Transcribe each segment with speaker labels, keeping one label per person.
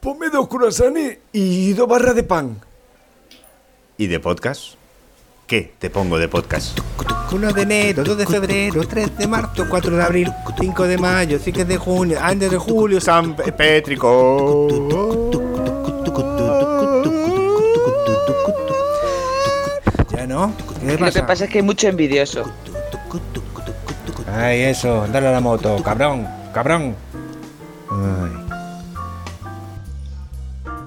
Speaker 1: pues
Speaker 2: dos curasanes y dos barras de pan.
Speaker 1: ¿Y de podcast? ¿Qué te pongo de podcast?
Speaker 3: 1 de enero, 2 de febrero, 3 de marzo, 4 de abril, 5 de mayo, 6 de junio, antes de julio, San Pétrico. Ya no. ¿Qué
Speaker 4: Lo que
Speaker 3: pasa?
Speaker 4: pasa es que es mucho envidioso.
Speaker 3: Ay, eso, dale a la moto, cabrón, cabrón.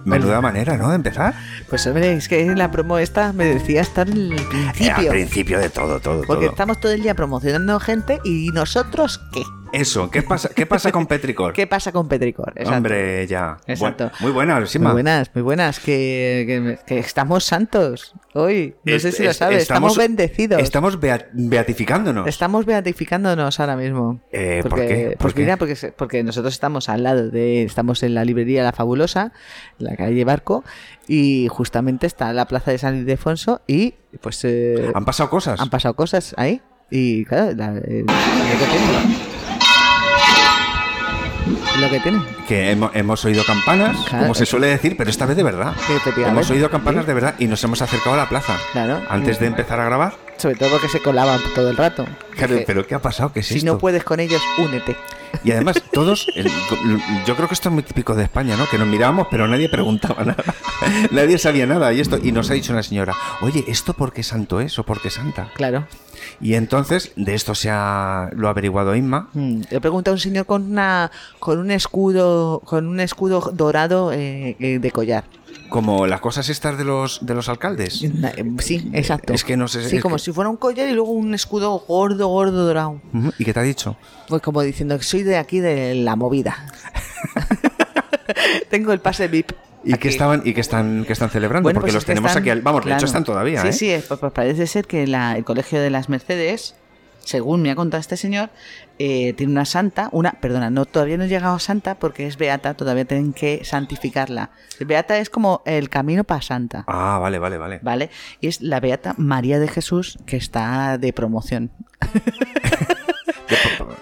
Speaker 1: Menuda manera, ¿no? De empezar.
Speaker 5: Pues hombre, es que en la promo esta me decía estar en el
Speaker 1: Eh, al
Speaker 5: principio.
Speaker 1: principio de todo, todo,
Speaker 5: Porque
Speaker 1: todo.
Speaker 5: estamos todo el día promocionando gente y nosotros qué.
Speaker 1: Eso, ¿qué pasa, qué pasa con Petricor?
Speaker 5: ¿Qué pasa con Petricor? Exacto.
Speaker 1: Hombre, ya. Bu-
Speaker 5: Exacto.
Speaker 1: muy buenas, Sima.
Speaker 5: Muy buenas, muy buenas. Que, que- que estamos santos hoy. No sé
Speaker 1: Est-
Speaker 5: si lo
Speaker 1: est-
Speaker 5: sabes. Estamos, bendecidos.
Speaker 1: Estamos bea- beatificándonos.
Speaker 5: Estamos beatificándonos ahora mismo.
Speaker 1: Eh, ¿por
Speaker 5: porque,
Speaker 1: qué? ¿Por
Speaker 5: porque,
Speaker 1: qué?
Speaker 5: mira, porque, se- porque nosotros estamos al lado de. Estamos en la librería La Fabulosa, en la calle Barco, y justamente está la plaza de San Ildefonso. Y pues eh,
Speaker 1: Han pasado cosas.
Speaker 5: han pasado cosas ahí. Y claro, la- eh, lo que tiene.
Speaker 1: que hemo- Eh, hemos oído campanas,
Speaker 5: Claro.
Speaker 1: como se suele decir, pero esta vez de verdad.
Speaker 5: Sí, efectivamente.
Speaker 1: Hemos oído campanas
Speaker 5: Sí.
Speaker 1: de verdad y nos hemos acercado a la plaza.
Speaker 5: Claro.
Speaker 1: Antes de empezar a grabar.
Speaker 5: Sobre todo porque se colaban todo el rato.
Speaker 1: Claro,
Speaker 5: Porque
Speaker 1: pero ¿qué ha pasado? ¿Qué es
Speaker 5: si
Speaker 1: esto?
Speaker 5: no puedes con ellos, únete.
Speaker 1: Y además, todos, el- yo creo que esto es muy típico de España, ¿no? Que nos mirábamos, pero nadie preguntaba nada. Nadie sabía nada. Y esto, y nos ha dicho una señora, oye, ¿esto por qué santo es o por qué santa?
Speaker 5: Claro.
Speaker 1: Y entonces, de esto se ha, lo ha averiguado Inma.
Speaker 5: Mm, Le pregunta a un señor con una con un escudo con un escudo dorado eh, eh, de collar.
Speaker 1: Como las cosas estas de los, de los alcaldes.
Speaker 5: Una- eh, Sí, exacto.
Speaker 1: Es que no sé-
Speaker 5: Sí,
Speaker 1: es
Speaker 5: como
Speaker 1: que-
Speaker 5: si fuera un collar y luego un escudo gordo, gordo dorado.
Speaker 1: Ujú, ¿Y qué te ha dicho?
Speaker 5: Pues como diciendo que soy de aquí de la movida. Tengo el pase VIP.
Speaker 1: ¿Y
Speaker 5: aquí.
Speaker 1: qué estaban, y qué están, qué están celebrando?
Speaker 5: Bueno,
Speaker 1: Porque
Speaker 5: pues
Speaker 1: los
Speaker 5: es que
Speaker 1: tenemos
Speaker 5: están-
Speaker 1: aquí, al- vamos, de
Speaker 5: claro.
Speaker 1: hecho están todavía,
Speaker 5: Sí,
Speaker 1: ¿eh?
Speaker 5: sí, es- pues, pues parece ser que la- el Colegio de las Mercedes, según me ha contado este señor, eh, tiene una santa, una, perdona, no, todavía no he llegado a santa porque es beata, todavía tienen que santificarla. Beata es como el camino para santa,
Speaker 1: Ah, vale, vale, vale.
Speaker 5: ¿vale? Y es la beata María de Jesús que está de promoción.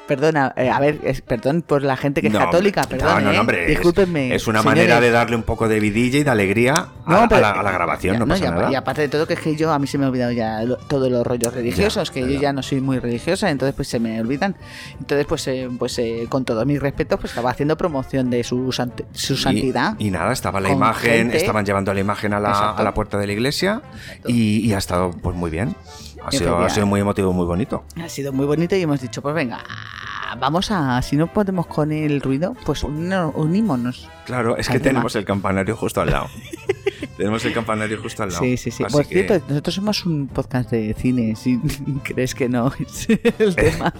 Speaker 5: Perdona, eh, a ver, es- perdón por la gente que es
Speaker 1: No,
Speaker 5: católica,
Speaker 1: hombre,
Speaker 5: perdón,
Speaker 1: no, no,
Speaker 5: ¿eh?
Speaker 1: hombre, es-
Speaker 5: discúlpenme.
Speaker 1: Es, una
Speaker 5: señores.
Speaker 1: manera de darle un poco de vidilla y de alegría a,
Speaker 5: No,
Speaker 1: a
Speaker 5: pero-
Speaker 1: la, a la grabación,
Speaker 5: Ya,
Speaker 1: no pasa
Speaker 5: y apa-
Speaker 1: nada.
Speaker 5: Y aparte de todo, que es que yo, a mí se me ha olvidado ya lo- todos los rollos religiosos, que yo ya no soy muy religiosa, entonces pues se me olvidan. Entonces, pues, eh, pues eh, con todos mis respetos, pues estaba haciendo promoción de su, sant- su
Speaker 1: Y-
Speaker 5: santidad.
Speaker 1: Y, nada, estaba la
Speaker 5: con
Speaker 1: imagen,
Speaker 5: gente.
Speaker 1: estaban llevando la imagen a la,
Speaker 5: Exacto.
Speaker 1: a la puerta de la iglesia y, y ha estado pues muy bien. Ha sido, ha
Speaker 5: Efectivamente.
Speaker 1: sido muy emotivo, muy bonito.
Speaker 5: Ha sido muy bonito y hemos dicho, pues venga, vamos a, si no podemos con el ruido, pues unino- unímonos.
Speaker 1: Claro, es
Speaker 5: Al
Speaker 1: que
Speaker 5: tema.
Speaker 1: tenemos el campanario justo al lado. tenemos el campanario justo al lado.
Speaker 5: Sí, sí, sí.
Speaker 1: Así
Speaker 5: Por
Speaker 1: que-
Speaker 5: cierto, nosotros somos un podcast de cine, si crees que no es
Speaker 1: Eh.
Speaker 5: el tema.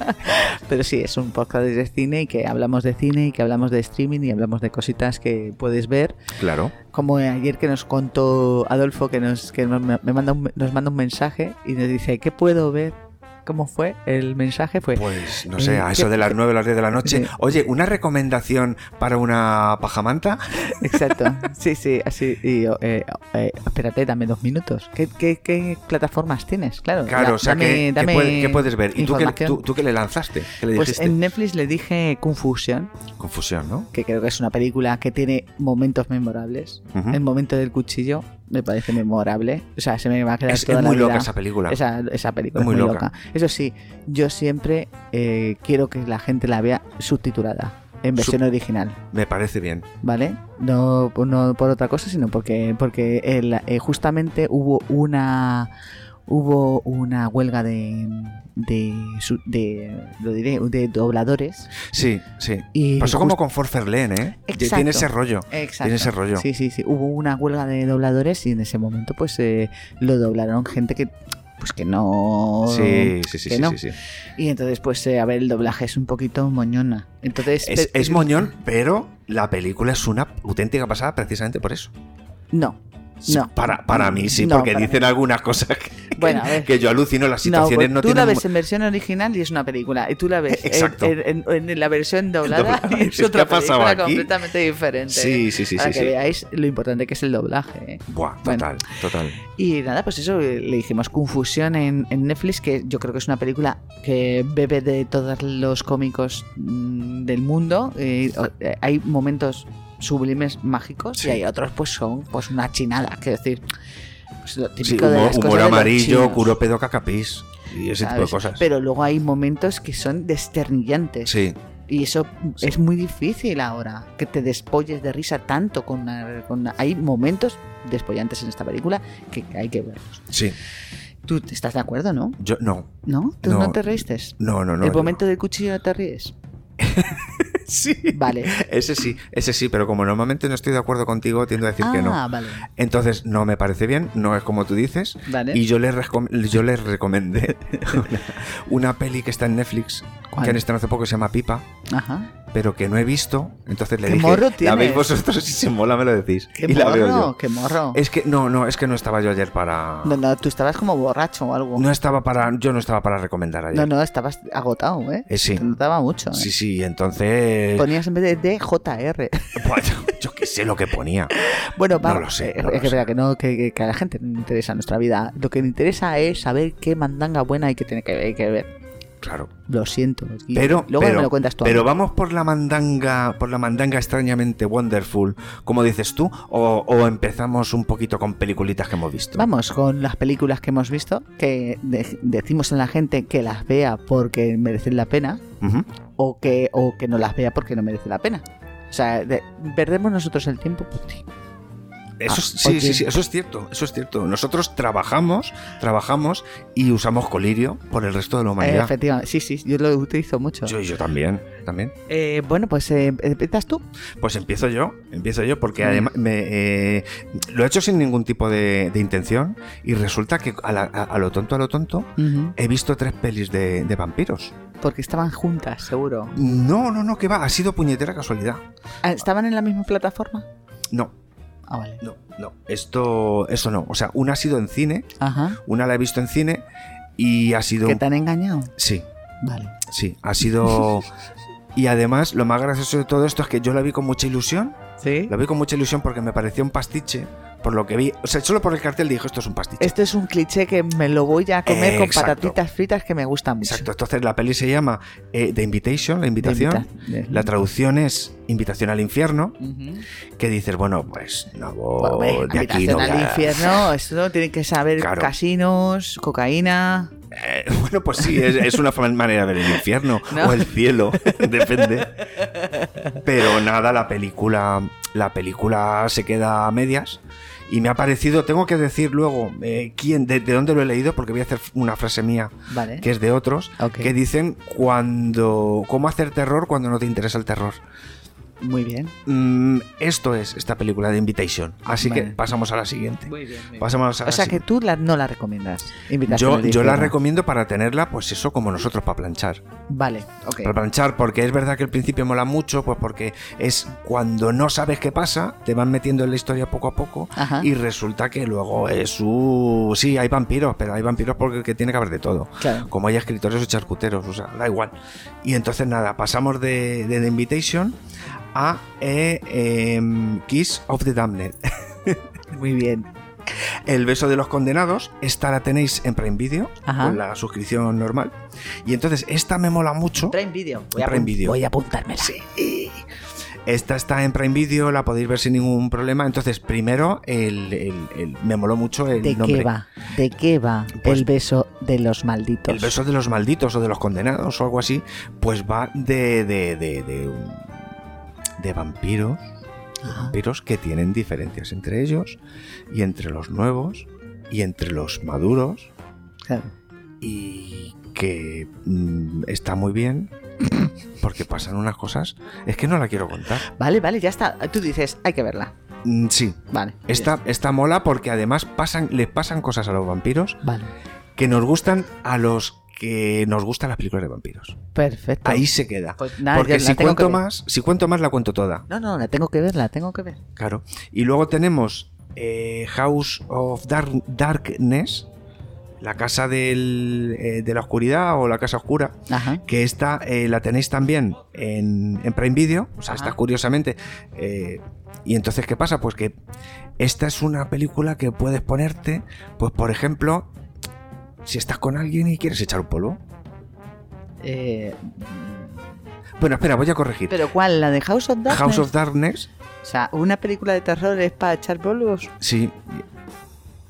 Speaker 5: Pero sí, es un podcast de cine y que hablamos de cine y que hablamos de streaming y hablamos de cositas que puedes ver.
Speaker 1: Claro.
Speaker 5: Como ayer que nos contó Adolfo, que nos, que nos, me manda un- nos manda un mensaje y nos dice, ¿qué puedo ver? ¿Cómo fue? El mensaje fue...
Speaker 1: Pues no sé,
Speaker 5: Eh,
Speaker 1: a eso
Speaker 5: ¿qué-
Speaker 1: de las 9 o las 10 de la noche.
Speaker 5: Sí.
Speaker 1: Oye, ¿una recomendación para una pajamanta?
Speaker 5: Exacto, sí, sí, así. Y yo, eh, eh, espérate, dame dos minutos. ¿Qué, qué, qué plataformas tienes? Claro,
Speaker 1: Claro,
Speaker 5: da-
Speaker 1: o sea,
Speaker 5: dame-
Speaker 1: ¿qué, qué
Speaker 5: dame
Speaker 1: puede- qué puedes ver? ¿Y tú qué,
Speaker 5: información.
Speaker 1: tú, tú qué le lanzaste? ¿Qué le
Speaker 5: Pues
Speaker 1: dijiste?
Speaker 5: en Netflix le dije Confusión,
Speaker 1: Confusión, ¿no?
Speaker 5: que creo que es una película que tiene momentos memorables.
Speaker 1: Ujú.
Speaker 5: El momento del cuchillo me parece memorable. O sea, se me va a quedar
Speaker 1: Es, es
Speaker 5: toda la
Speaker 1: muy loca
Speaker 5: vida.
Speaker 1: esa película.
Speaker 5: Esa, esa película
Speaker 1: Es muy
Speaker 5: es muy
Speaker 1: loca.
Speaker 5: loca. Eso sí, yo siempre eh, quiero que la gente la vea subtitulada, en versión original.
Speaker 1: Me parece bien.
Speaker 5: ¿vale? No, no por otra cosa, sino porque, porque el- eh, justamente hubo una hubo una huelga de de, su- de- lo diré, de dobladores
Speaker 1: Sí, sí.
Speaker 5: y
Speaker 1: Pasó como
Speaker 5: just-
Speaker 1: con For Ferlén, ¿eh?
Speaker 5: Exacto.
Speaker 1: Tiene ese rollo.
Speaker 5: Exacto.
Speaker 1: Tiene ese rollo.
Speaker 5: Sí, sí, sí. Hubo una huelga de dobladores y en ese momento pues eh, lo doblaron gente que pues que no
Speaker 1: Sí, sí, sí,
Speaker 5: que
Speaker 1: sí,
Speaker 5: no.
Speaker 1: sí, sí.
Speaker 5: y entonces pues eh, a ver el doblaje es un poquito moñona. Entonces
Speaker 1: Es,
Speaker 5: pe-
Speaker 1: es moñón, pero la película es una auténtica pasada precisamente por eso.
Speaker 5: no. No.
Speaker 1: Para, para mí sí,
Speaker 5: No,
Speaker 1: porque
Speaker 5: para
Speaker 1: dicen algunas cosas que,
Speaker 5: Bueno, a ver.
Speaker 1: que yo alucino. Las situaciones
Speaker 5: pues
Speaker 1: no,
Speaker 5: tú
Speaker 1: tienen...
Speaker 5: la ves en versión original y es una película. Y tú la ves en-
Speaker 1: Exacto.
Speaker 5: en, en- en la versión doblada
Speaker 1: Doblada.
Speaker 5: y
Speaker 1: Es
Speaker 5: es
Speaker 1: que
Speaker 5: otra
Speaker 1: ha pasado
Speaker 5: película
Speaker 1: aquí.
Speaker 5: completamente diferente. ¿eh?
Speaker 1: Sí, sí, sí,
Speaker 5: Para
Speaker 1: sí,
Speaker 5: Ah, que
Speaker 1: sí.
Speaker 5: veáis lo importante que es el doblaje. ¿eh?
Speaker 1: Buah,
Speaker 5: Bueno.
Speaker 1: total, total.
Speaker 5: Y nada, pues eso, eh, le dijimos Confusión en, en Netflix, que yo creo que es una película que bebe de todos los cómicos mm, del mundo. Eh, o- eh, hay momentos sublimes mágicos y hay otros pues son pues una chinada, quiero decir, pues, lo
Speaker 1: Sí,
Speaker 5: típico de
Speaker 1: humor,
Speaker 5: las cosas
Speaker 1: humor
Speaker 5: de los
Speaker 1: amarillo,
Speaker 5: chinos,
Speaker 1: curo pedo cacapis y ese tipo de
Speaker 5: ¿sabes?
Speaker 1: cosas.
Speaker 5: Pero luego hay momentos que son desternillantes
Speaker 1: Sí,
Speaker 5: y eso es muy difícil ahora, que te despolles de risa tanto con, una- con una- hay momentos despollantes en esta película que hay que verlos.
Speaker 1: sí.
Speaker 5: ¿Tú estás de acuerdo, no?
Speaker 1: Yo no.
Speaker 5: ¿No? ¿Tú no,
Speaker 1: No.
Speaker 5: te reíste?
Speaker 1: No, no, no.
Speaker 5: ¿El
Speaker 1: yo-
Speaker 5: momento del cuchillo no te ríes?
Speaker 1: Sí.
Speaker 5: Vale.
Speaker 1: Ese sí, ese sí, pero como normalmente no estoy de acuerdo contigo, tiendo a decir
Speaker 5: ah,
Speaker 1: que no.
Speaker 5: vale.
Speaker 1: Entonces, no me parece bien, no es como tú dices.
Speaker 5: Vale.
Speaker 1: Y yo les, recom- yo les recomendé una, una peli que está en Netflix,
Speaker 5: ¿Cuál?
Speaker 1: que han estado hace poco, que se llama Pipa,
Speaker 5: Ajá.
Speaker 1: pero que no he visto. Entonces le
Speaker 5: ¡Qué
Speaker 1: dije,
Speaker 5: morro
Speaker 1: la veis
Speaker 5: tienes!
Speaker 1: vosotros si se mola me lo decís.
Speaker 5: ¡Qué
Speaker 1: y la veo yo.
Speaker 5: morro! ¡Qué morro!
Speaker 1: Es que no, no, es que no estaba yo ayer para...
Speaker 5: No, no, tú estabas como borracho o algo.
Speaker 1: No estaba para... Yo no estaba para recomendar ayer.
Speaker 5: no, no, estabas agotado, ¿eh?
Speaker 1: Eh, sí.
Speaker 5: Te notaba mucho, ¿eh?
Speaker 1: Sí, sí, entonces...
Speaker 5: Ponías en vez de D, JR.
Speaker 1: Pues, yo qué sé lo que ponía.
Speaker 5: Bueno,
Speaker 1: No
Speaker 5: vamos.
Speaker 1: lo sé,
Speaker 5: eh,
Speaker 1: no lo
Speaker 5: es que,
Speaker 1: sé.
Speaker 5: verdad que, no, que, que- que a la gente no le interesa nuestra vida. Lo que le interesa es saber qué mandanga buena hay que tener que ver. hay que ver.
Speaker 1: Claro.
Speaker 5: Lo siento. Gui.
Speaker 1: Pero,
Speaker 5: Luego
Speaker 1: pero-
Speaker 5: me lo cuentas tú. a
Speaker 1: pero
Speaker 5: mí.
Speaker 1: vamos por la mandanga, por la mandanga extrañamente wonderful, como dices tú, o, o empezamos un poquito con peliculitas que hemos visto.
Speaker 5: Vamos con las películas que hemos visto, que de- decimos a la gente que las vea porque merecen la pena,
Speaker 1: Ujú.
Speaker 5: o que, o que no las vea porque no merece la pena. O sea, de- perdemos nosotros el tiempo
Speaker 1: Pues
Speaker 5: por ti.
Speaker 1: Eso
Speaker 5: Ah,
Speaker 1: es- sí,
Speaker 5: ok.
Speaker 1: sí, sí, eso es cierto, eso es cierto. Nosotros trabajamos, trabajamos y usamos colirio por el resto de la
Speaker 5: Eh,
Speaker 1: humanidad.
Speaker 5: efectivamente, sí, sí, yo lo utilizo mucho.
Speaker 1: yo, yo también, también.
Speaker 5: Eh, bueno, pues eh, empiezas tú.
Speaker 1: Pues empiezo yo, empiezo yo, porque
Speaker 5: Venga.
Speaker 1: además me, eh, lo he hecho sin ningún tipo de, de intención y resulta que a, la- a- a lo tonto, a lo tonto, he visto tres pelis de- de vampiros.
Speaker 5: Porque estaban juntas, seguro.
Speaker 1: No, no, no, que va, ha sido puñetera casualidad.
Speaker 5: Ah, ¿Estaban en la misma plataforma?
Speaker 1: No,
Speaker 5: Ah, vale.
Speaker 1: no, no. Esto, eso no. O sea, una ha sido en cine,
Speaker 5: Ajá.
Speaker 1: una la he visto en cine y ha sido.
Speaker 5: ¿Que te han engañado?
Speaker 1: Sí,
Speaker 5: Vale.
Speaker 1: sí, ha sido. y además, lo más gracioso de todo esto es que yo la vi con mucha ilusión.
Speaker 5: ¿Sí?
Speaker 1: La vi con mucha ilusión porque me parecía un pastiche, por lo que vi. O sea, solo por el cartel dije, esto es un pastiche.
Speaker 5: Esto es un cliché que me lo voy a comer
Speaker 1: Eh,
Speaker 5: con
Speaker 1: exacto.
Speaker 5: patatitas fritas que me gustan mucho.
Speaker 1: Exacto, entonces la peli se llama eh, The Invitation, la invitación.
Speaker 5: De invita-
Speaker 1: La traducción es Invitación al Infierno,
Speaker 5: Ujú.
Speaker 1: que dices, bueno, pues no,
Speaker 5: Bueno, hombre,
Speaker 1: de aquí no
Speaker 5: habitación
Speaker 1: voy
Speaker 5: al
Speaker 1: a-
Speaker 5: infierno, eso tiene que saber
Speaker 1: Claro.
Speaker 5: casinos, cocaína.
Speaker 1: Eh, bueno, pues sí, es, es una fa- manera de ver el infierno
Speaker 5: ¿No?
Speaker 1: o el cielo, depende. Pero nada, la película, la película se queda a medias. Y me ha parecido, tengo que decir luego eh, quién, de, de dónde lo he leído, porque voy a hacer una frase mía
Speaker 5: Vale.
Speaker 1: que es de otros,
Speaker 5: Ok.
Speaker 1: que dicen cuando cómo hacer terror cuando no te interesa el terror.
Speaker 5: Muy bien.
Speaker 1: Mm, esto es esta película de Invitation. Así que
Speaker 5: Vale.
Speaker 1: pasamos a la siguiente.
Speaker 5: Muy bien.
Speaker 1: Pasamos a la
Speaker 5: O sea
Speaker 1: siguiente.
Speaker 5: que tú la- no la recomiendas. Invitación
Speaker 1: Ah, Yo,
Speaker 5: al
Speaker 1: yo la
Speaker 5: infierno.
Speaker 1: recomiendo para tenerla, pues eso, como nosotros, para planchar.
Speaker 5: Vale, ok.
Speaker 1: Para planchar, porque es verdad que el principio mola mucho, pues porque es cuando no sabes qué pasa, te van metiendo en la historia poco a poco
Speaker 5: Ajá.
Speaker 1: y resulta que luego es uh, Sí, hay vampiros, pero hay vampiros porque que tiene que haber de todo.
Speaker 5: Claro.
Speaker 1: Como hay escritores o charcuteros, o sea, da igual. Y entonces nada, pasamos de, de The Invitation a eh, em, Kiss of the Damned.
Speaker 5: Muy bien.
Speaker 1: El beso de los condenados, esta la tenéis en Prime Video,
Speaker 5: Ajá.
Speaker 1: con la suscripción normal. Y entonces, esta me mola mucho.
Speaker 5: Prime Video.
Speaker 1: Voy a Prime apun- Video. voy
Speaker 5: a apuntármela.
Speaker 1: Esta está en Prime Video, la podéis ver sin ningún problema. Entonces, primero, el, el- el- me moló mucho el
Speaker 5: ¿De
Speaker 1: nombre.
Speaker 5: qué va? ¿De qué va
Speaker 1: Pues-
Speaker 5: el beso de los malditos?
Speaker 1: El beso de los malditos o de los condenados o algo así, pues va de. de. de. de, un- de vampiros.
Speaker 5: Ajá.
Speaker 1: Vampiros que tienen diferencias entre ellos y entre los nuevos y entre los maduros.
Speaker 5: Claro.
Speaker 1: y que mm, está muy bien porque pasan unas cosas. Es que no la quiero contar.
Speaker 5: Vale, vale, ya está. Tú dices, hay que verla.
Speaker 1: Mm, sí,
Speaker 5: Vale.
Speaker 1: está, está mola porque además pasan, les pasan cosas a los vampiros
Speaker 5: Vale.
Speaker 1: que nos gustan a los que nos gustan las películas de vampiros.
Speaker 5: Perfecto.
Speaker 1: Ahí se queda.
Speaker 5: Pues nada, yo
Speaker 1: porque
Speaker 5: la
Speaker 1: si
Speaker 5: tengo que
Speaker 1: cuento
Speaker 5: ver.
Speaker 1: más, si cuento más la cuento toda.
Speaker 5: No, no, la tengo que ver, la tengo que ver.
Speaker 1: Claro. Y luego tenemos eh, House of Dark- Darkness, la casa del, eh, de la oscuridad o la casa oscura.
Speaker 5: Ajá.
Speaker 1: que esta eh, la tenéis también en, en Prime Video, o sea,
Speaker 5: Ajá.
Speaker 1: está curiosamente. eh, y entonces, ¿qué pasa? Pues que esta es una película que puedes ponerte, pues por ejemplo, si estás con alguien y quieres echar un polvo.
Speaker 5: Eh,
Speaker 1: Bueno, espera, voy a corregir.
Speaker 5: ¿Pero cuál? ¿La de House of Darkness?
Speaker 1: House of Darkness,
Speaker 5: O sea, una película de terror es para echar polvos.
Speaker 1: sí.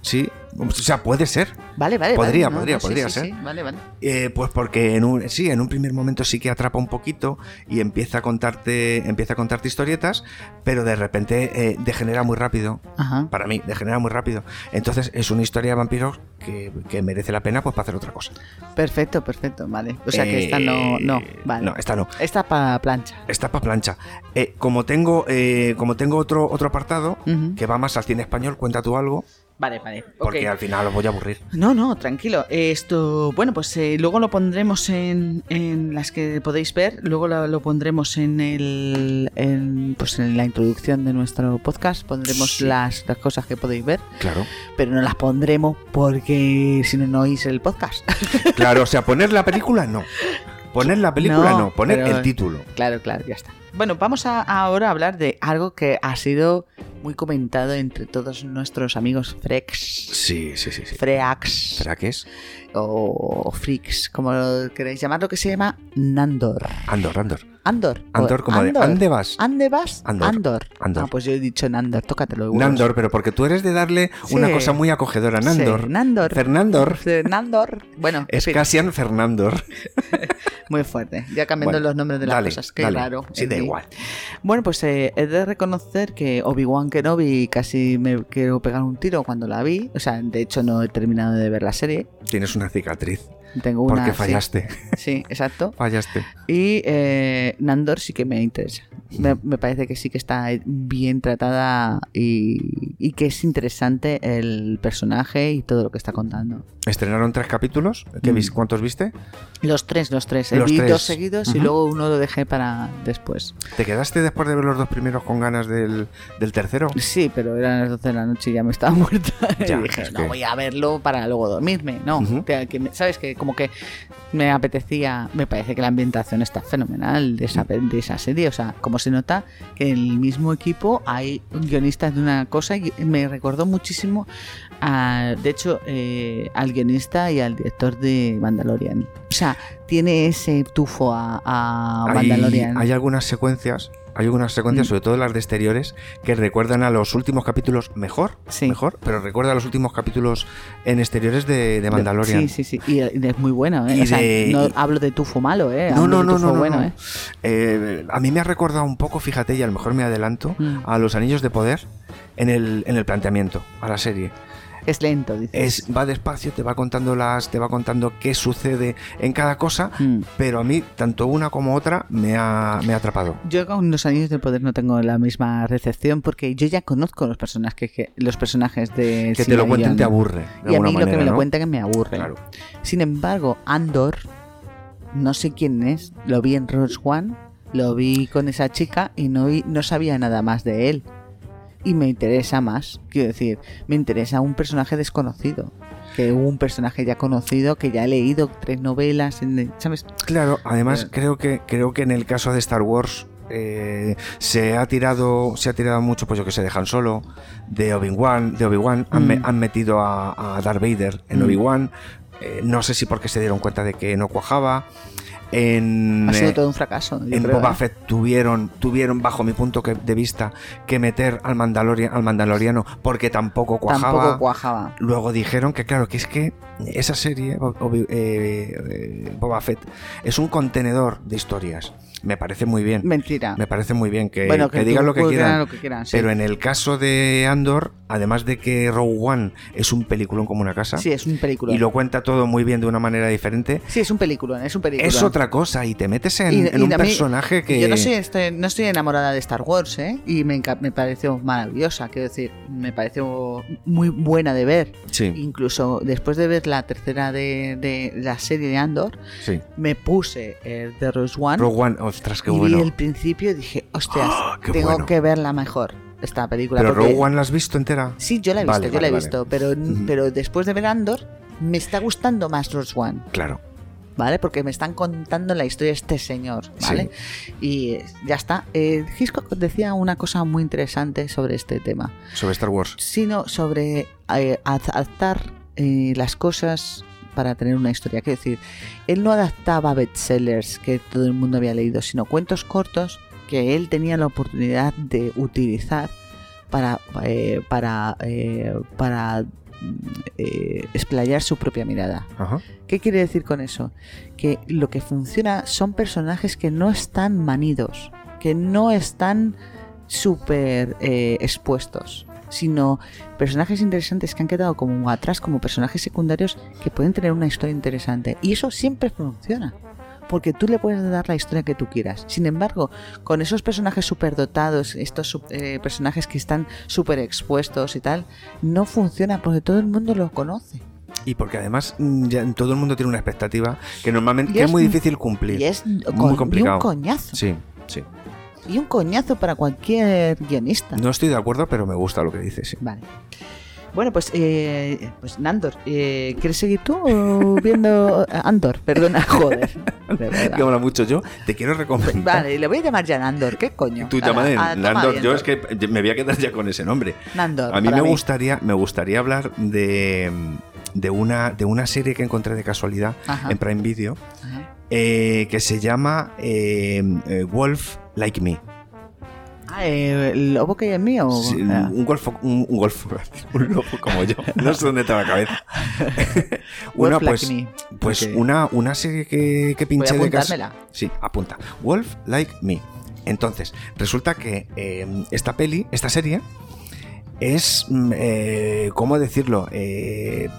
Speaker 1: Sí. O sea, puede ser.
Speaker 5: Vale, vale.
Speaker 1: Podría,
Speaker 5: vale,
Speaker 1: podría,
Speaker 5: no, no, sí,
Speaker 1: podría
Speaker 5: sí,
Speaker 1: ser.
Speaker 5: sí, vale, vale.
Speaker 1: Eh, pues porque en un, sí, en un primer momento sí que atrapa un poquito y empieza a contarte, empieza a contarte historietas, pero de repente eh, degenera muy rápido.
Speaker 5: Ajá.
Speaker 1: Para mí, degenera muy rápido. Entonces es una historia de vampiros que, que merece la pena pues para hacer otra cosa.
Speaker 5: Perfecto, perfecto, vale. O sea que esta no.
Speaker 1: Eh,
Speaker 5: No, vale.
Speaker 1: No, esta no.
Speaker 5: Esta para plancha.
Speaker 1: Está para plancha. Eh, como tengo, eh, como tengo otro, otro apartado
Speaker 5: Ujú.
Speaker 1: que va más al cine español, cuenta tú algo,
Speaker 5: Vale, vale.
Speaker 1: porque
Speaker 5: ok.
Speaker 1: al final os voy a aburrir.
Speaker 5: No, no, tranquilo. Esto, bueno, pues eh, luego lo pondremos en, en las que podéis ver, luego lo, lo pondremos en el en, pues en la introducción de nuestro podcast, pondremos las, las cosas que podéis ver,
Speaker 1: Claro.
Speaker 5: pero no las pondremos porque si no no oís el podcast.
Speaker 1: Claro, o sea, poner la película no. Poner la película
Speaker 5: No,
Speaker 1: no, poner
Speaker 5: pero-
Speaker 1: el título.
Speaker 5: claro, claro, ya está. Bueno, vamos a, ahora a hablar de algo que ha sido muy comentado entre todos nuestros amigos freaks,
Speaker 1: Sí, sí, sí. sí.
Speaker 5: freaks
Speaker 1: ¿Será que es?
Speaker 5: o freaks, como lo queréis llamarlo, que se llama Nandor.
Speaker 1: Andor, Andor.
Speaker 5: Oh, Andor.
Speaker 1: Andor, como de, ¿ande vas?
Speaker 5: ¿Ande vas?
Speaker 1: Andor.
Speaker 5: Andor.
Speaker 1: Andor.
Speaker 5: Ah, pues yo he dicho Nandor, tócatelo. huevos.
Speaker 1: Nandor, pero porque tú eres de darle una
Speaker 5: Sí.
Speaker 1: cosa muy acogedora.
Speaker 5: Sí,
Speaker 1: Nandor.
Speaker 5: Nandor.
Speaker 1: Fernandor.
Speaker 5: Sí, Nandor. Bueno, en
Speaker 1: Es
Speaker 5: fin,
Speaker 1: Cassian Fernandor.
Speaker 5: muy fuerte. Ya cambiando
Speaker 1: Bueno,
Speaker 5: los nombres de las
Speaker 1: dale,
Speaker 5: cosas. Qué
Speaker 1: dale.
Speaker 5: raro.
Speaker 1: Sí,
Speaker 5: en
Speaker 1: da
Speaker 5: fin.
Speaker 1: igual.
Speaker 5: Bueno, pues eh, he de reconocer que Obi-Wan Kenobi casi me quiero pegar un tiro cuando la vi. O sea, de hecho no he terminado de ver la serie.
Speaker 1: Tienes una cicatriz.
Speaker 5: Tengo una...
Speaker 1: porque
Speaker 5: sí,
Speaker 1: fallaste.
Speaker 5: sí exacto.
Speaker 1: Fallaste.
Speaker 5: Y eh, Nandor sí que me interesa. Me, me parece que sí que está bien tratada y, y que es interesante el personaje y todo lo que está contando.
Speaker 1: Estrenaron tres capítulos. ¿Qué
Speaker 5: Mm.
Speaker 1: vis- ¿Cuántos viste?
Speaker 5: Los tres, los tres. eh.
Speaker 1: Los
Speaker 5: Vi
Speaker 1: tres.
Speaker 5: dos seguidos y
Speaker 1: Ujú.
Speaker 5: luego uno lo dejé para después.
Speaker 1: ¿Te quedaste después de ver los dos primeros con ganas del, del tercero?
Speaker 5: Sí, pero eran las 12 de la noche y ya me estaba muerta. Y
Speaker 1: Ya,
Speaker 5: dije,
Speaker 1: es
Speaker 5: no
Speaker 1: que-
Speaker 5: voy a verlo para luego dormirme. No,
Speaker 1: Ujú.
Speaker 5: O sea, que me- sabes que como que me apetecía, me parece que la ambientación está fenomenal de esa, de esa serie. O sea, como se nota que en el mismo equipo hay guionistas de una cosa y me recordó muchísimo, a- de hecho, eh, al guionista y al director de Mandalorian. O sea, tiene ese tufo a, a
Speaker 1: hay,
Speaker 5: Mandalorian.
Speaker 1: hay algunas secuencias, hay algunas secuencias,
Speaker 5: Mm.
Speaker 1: sobre todo las de exteriores, que recuerdan a los últimos capítulos mejor,
Speaker 5: Sí.
Speaker 1: mejor, pero recuerda a los últimos capítulos en exteriores de, de Mandalorian.
Speaker 5: Sí, sí, sí. Y, y es muy bueno, ¿eh?
Speaker 1: Y
Speaker 5: O sea,
Speaker 1: de-
Speaker 5: no
Speaker 1: y-
Speaker 5: hablo de tufo malo, ¿eh?
Speaker 1: No,
Speaker 5: Hablo
Speaker 1: no,
Speaker 5: de
Speaker 1: no,
Speaker 5: tufo
Speaker 1: no, no,
Speaker 5: bueno,
Speaker 1: no.
Speaker 5: ¿eh?
Speaker 1: Eh, a mí me ha recordado un poco, fíjate, y a lo mejor me adelanto,
Speaker 5: Mm.
Speaker 1: a los anillos de poder en el, en el planteamiento, a la serie.
Speaker 5: Es lento, dice.
Speaker 1: Es, va despacio, te va contando las, te va contando qué sucede en cada cosa,
Speaker 5: Mm.
Speaker 1: pero a mí, tanto una como otra, me ha, me ha atrapado.
Speaker 5: Yo con los años del poder no tengo la misma recepción porque yo ya conozco los personajes que los personajes de
Speaker 1: Que te
Speaker 5: Silla
Speaker 1: lo
Speaker 5: y
Speaker 1: cuenten te
Speaker 5: Ana.
Speaker 1: aburre. de
Speaker 5: Y a
Speaker 1: alguna
Speaker 5: mí lo que
Speaker 1: manera,
Speaker 5: me lo
Speaker 1: ¿no?
Speaker 5: cuentan que me aburre.
Speaker 1: Claro.
Speaker 5: Sin embargo, Andor, no sé quién es, lo vi en Rose One, lo vi con esa chica y no, vi- no sabía nada más de él. Y me interesa más, quiero decir, me interesa un personaje desconocido. Que un personaje ya conocido, que ya he leído tres novelas, en- ¿sabes?
Speaker 1: Claro, además
Speaker 5: Eh.
Speaker 1: creo que creo que en el caso de Star Wars eh, se ha tirado se ha tirado mucho pues yo que se dejan solo de Obi Wan de Obi Wan han, me-
Speaker 5: Mm.
Speaker 1: han metido a, a Darth Vader en
Speaker 5: Mm.
Speaker 1: Obi Wan no sé si porque se dieron cuenta de que no cuajaba en
Speaker 5: Ha
Speaker 1: eh,
Speaker 5: sido todo un fracaso. yo
Speaker 1: en
Speaker 5: creo,
Speaker 1: Boba
Speaker 5: ¿eh?
Speaker 1: Fett tuvieron, tuvieron, bajo mi punto que- de vista, que meter al, Mandalorian, al mandaloriano porque tampoco cuajaba.
Speaker 5: Tampoco cuajaba.
Speaker 1: Luego dijeron que, claro, que es que esa serie, Bob- Obi- eh, eh, Boba Fett, es un contenedor de historias. Me parece muy bien.
Speaker 5: Mentira.
Speaker 1: Me parece muy bien que,
Speaker 5: Bueno, que
Speaker 1: que
Speaker 5: tú
Speaker 1: digan lo que
Speaker 5: puedes ganar
Speaker 1: quieran.
Speaker 5: lo que quieran, sí.
Speaker 1: Pero en el caso de Andor, además de que Rogue One es un peliculón como una casa,
Speaker 5: Sí, es un película.
Speaker 1: y lo cuenta todo muy bien de una manera diferente,
Speaker 5: Sí, es un película, es un película.
Speaker 1: es otra cosa. Y te metes en, en un
Speaker 5: a mí-
Speaker 1: personaje que.
Speaker 5: Yo no soy, estoy, no estoy enamorada de Star Wars, ¿eh? Y me, enca- me pareció maravillosa, quiero decir, me pareció muy buena de ver.
Speaker 1: Sí,
Speaker 5: Incluso después de ver la tercera de, de la serie de Andor,
Speaker 1: sí.
Speaker 5: me puse el de Rose One
Speaker 1: Rogue One, ostras, qué
Speaker 5: y vi
Speaker 1: bueno.
Speaker 5: el principio y dije, hostias,
Speaker 1: ¡Ah, qué
Speaker 5: tengo
Speaker 1: bueno!
Speaker 5: que verla mejor, esta película.
Speaker 1: Pero
Speaker 5: porque-
Speaker 1: Rogue One la has visto entera.
Speaker 5: Sí, yo la he visto,
Speaker 1: Vale,
Speaker 5: yo
Speaker 1: vale,
Speaker 5: la he
Speaker 1: vale.
Speaker 5: visto, pero,
Speaker 1: Ujú.
Speaker 5: pero después de ver Andor, me está gustando más Rose One.
Speaker 1: Claro.
Speaker 5: ¿vale? Porque me están contando la historia de este señor,
Speaker 1: Sí.
Speaker 5: ¿vale? Y eh, ya está. Eh, Hitchcock decía una cosa muy interesante sobre este tema,
Speaker 1: Sobre Star Wars.
Speaker 5: sino sobre eh, haz- alzar eh, las cosas para tener una historia. Quiero decir, él no adaptaba bestsellers que todo el mundo había leído, sino cuentos cortos que él tenía la oportunidad de utilizar para, eh, para, eh, para mm, eh, explayar su propia mirada.
Speaker 1: Ajá.
Speaker 5: ¿Qué quiere decir con eso? Que lo que funciona son personajes que no están manidos, que no están súper eh, expuestos, sino personajes interesantes que han quedado como atrás, como personajes secundarios que pueden tener una historia interesante. Y eso siempre funciona. Porque tú le puedes dar la historia que tú quieras. Sin embargo, con esos personajes superdotados, estos sup- eh, personajes que están súper expuestos y tal, no funciona porque todo el mundo lo conoce.
Speaker 1: Y porque además mm, ya todo el mundo tiene una expectativa que normalmente
Speaker 5: Y
Speaker 1: que es,
Speaker 5: es-
Speaker 1: muy difícil cumplir.
Speaker 5: Y es con- y
Speaker 1: muy complicado.
Speaker 5: un coñazo.
Speaker 1: Sí, sí.
Speaker 5: Y un coñazo para cualquier guionista.
Speaker 1: No estoy de acuerdo, pero me gusta lo que dices. sí.
Speaker 5: Vale. Bueno, pues, eh, pues Nandor, eh, ¿quieres seguir tú o viendo Andor? Perdona, joder. de verdad.
Speaker 1: Que mola mucho yo. Te quiero recomendar.
Speaker 5: Vale, le voy a llamar ya Nandor, ¿qué coño?
Speaker 1: Tú
Speaker 5: Ala,
Speaker 1: llámale
Speaker 5: ala, toma
Speaker 1: Nandor. Yo
Speaker 5: Nandor.
Speaker 1: es que me voy a quedar ya con ese nombre.
Speaker 5: Nandor,
Speaker 1: A mí
Speaker 5: para
Speaker 1: me gustaría, me gustaría hablar de, de una, de una serie que encontré de casualidad
Speaker 5: Ajá.
Speaker 1: en Prime Video
Speaker 5: Ajá.
Speaker 1: eh, que se llama eh, eh, Wolf Like Me.
Speaker 5: Ah, eh, ¿El lobo que hay en mí o...?
Speaker 1: Sí,
Speaker 5: Ah.
Speaker 1: un golfo, un, un golfo, un lobo como yo. No sé dónde está la cabeza. una
Speaker 5: Wolf Like
Speaker 1: pues,
Speaker 5: Me.
Speaker 1: pues
Speaker 5: Ok.
Speaker 1: una, una serie que, que pinché de casa.
Speaker 5: apuntármela.
Speaker 1: Sí, apunta. Wolf Like Me. Entonces, resulta que eh, esta peli, esta serie, es mm, eh, ¿cómo decirlo? Eh,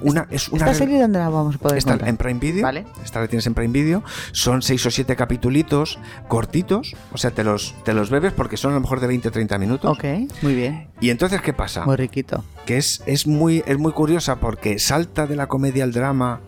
Speaker 1: una, es una
Speaker 5: ¿Esta serie dónde la vamos a poder
Speaker 1: Está
Speaker 5: encontrar?
Speaker 1: en Prime Video.
Speaker 5: Vale.
Speaker 1: Esta la tienes en Prime Video. Son seis o siete capitulitos cortitos. O sea, te los, te los bebes porque son a lo mejor de 20 o 30 minutos.
Speaker 5: Ok, muy bien,
Speaker 1: Y entonces, ¿qué pasa?
Speaker 5: muy riquito.
Speaker 1: Que es, es, muy, es muy curiosa porque salta de la comedia al drama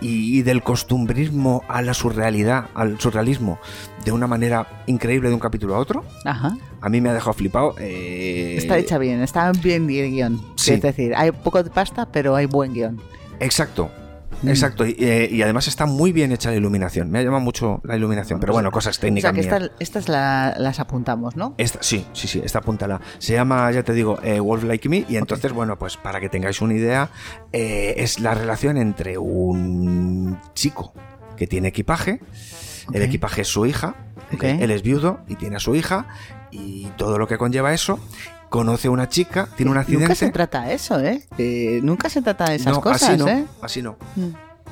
Speaker 1: y, y del costumbrismo a la surrealidad, al surrealismo, de una manera increíble de un capítulo a otro.
Speaker 5: Ajá.
Speaker 1: A mí me ha dejado flipado. eh,
Speaker 5: Está hecha bien, está bien el guión.
Speaker 1: sí.
Speaker 5: Es decir, hay poco de pasta, pero hay buen guión.
Speaker 1: Exacto.
Speaker 5: Mm.
Speaker 1: Exacto, y, eh, y además está muy bien hecha la iluminación. Me ha llamado mucho la iluminación, pero bueno, cosas
Speaker 5: Pues, O
Speaker 1: técnicas.
Speaker 5: sea, que
Speaker 1: mías.
Speaker 5: esta- estas la- las apuntamos, ¿no?
Speaker 1: Esta, sí, sí, sí, esta apúntala. Se llama, ya te digo, eh, Wolf Like Me. Y entonces, bueno, pues para que tengáis una idea, eh, es la relación entre un chico que tiene equipaje. El
Speaker 5: Ok.
Speaker 1: equipaje es su hija.
Speaker 5: Ok.
Speaker 1: eh, Él es viudo y tiene a su hija. Y todo lo que conlleva eso. Conoce a una chica, tiene un accidente.
Speaker 5: Nunca se trata eso, ¿eh? Que nunca se trata de esas
Speaker 1: No,
Speaker 5: cosas,
Speaker 1: así no,
Speaker 5: ¿eh?
Speaker 1: así no.
Speaker 5: Mm.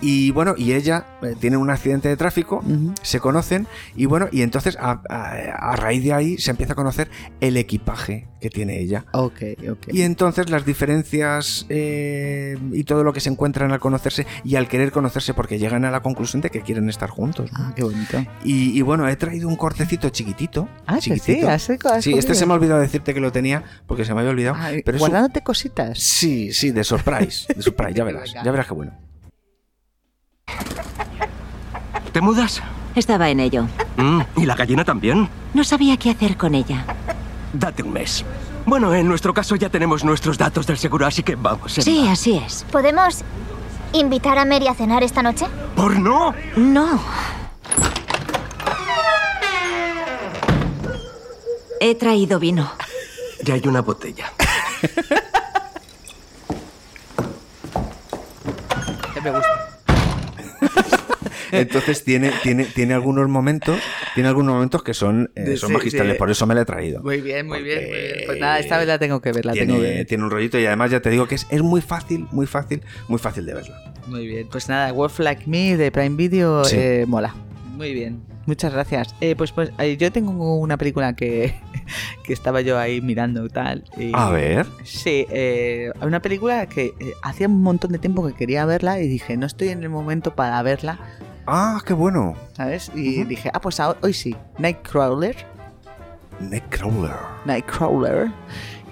Speaker 1: Y bueno, y ella eh, tiene un accidente de tráfico,
Speaker 5: Ujú.
Speaker 1: se conocen y bueno, y entonces a, a- a raíz de ahí se empieza a conocer el equipaje que tiene ella.
Speaker 5: Ok, ok.
Speaker 1: Y entonces las diferencias eh, y todo lo que se encuentran al conocerse y al querer conocerse porque llegan a la conclusión de que quieren estar juntos. ¿no?
Speaker 5: Ah, qué bonito.
Speaker 1: Y, y bueno, he traído un cortecito chiquitito.
Speaker 5: Ah, que sí,
Speaker 1: chiquitito.
Speaker 5: has- has
Speaker 1: Sí, este
Speaker 5: cogido.
Speaker 1: se me ha olvidado decirte que lo tenía porque se me había olvidado.
Speaker 5: Ah,
Speaker 1: pero es un-
Speaker 5: guardándote cositas.
Speaker 1: Sí, sí, de surprise. De surprise, ya verás. Ya verás qué bueno.
Speaker 4: ¿Te mudas?
Speaker 6: Estaba en ello.
Speaker 4: Mm, ¿Y la gallina también?
Speaker 6: No sabía qué hacer con ella.
Speaker 4: Date un mes. Bueno, en nuestro caso ya tenemos nuestros datos del seguro, así que vamos. Emma.
Speaker 6: Sí, así es.
Speaker 7: ¿Podemos invitar a Mary a cenar esta noche?
Speaker 4: ¿Por no?
Speaker 6: No. He traído vino.
Speaker 4: Ya hay una botella.
Speaker 5: Este Me gusta.
Speaker 1: Entonces tiene, tiene, tiene algunos momentos, tiene algunos momentos que son, eh,
Speaker 5: De-
Speaker 1: son
Speaker 5: sí,
Speaker 1: magistrales,
Speaker 5: sí.
Speaker 1: por eso me la he traído.
Speaker 5: Muy bien, muy bien, muy
Speaker 1: Porque
Speaker 5: bien. Pues nada, esta vez la tengo que ver, la tengo que
Speaker 1: tiene,
Speaker 5: ver.
Speaker 1: tiene un rollito y además ya te digo que es, es muy fácil, muy fácil, muy fácil de verla.
Speaker 5: Muy bien, pues nada, Wolf Like Me de Prime Video
Speaker 1: Sí.
Speaker 5: eh, mola. Muy bien, muchas gracias. Eh, pues pues eh, yo tengo una película que, que estaba yo ahí mirando y tal. y-
Speaker 1: A ver,
Speaker 5: Sí, eh, una película que eh, hacía un montón de tiempo que quería verla y dije, no estoy en el momento para verla.
Speaker 1: ah, qué bueno,
Speaker 5: ¿sabes? Y dije, ah, pues ahora- hoy sí, Nightcrawler.
Speaker 1: Neckcrawler.
Speaker 5: Nightcrawler.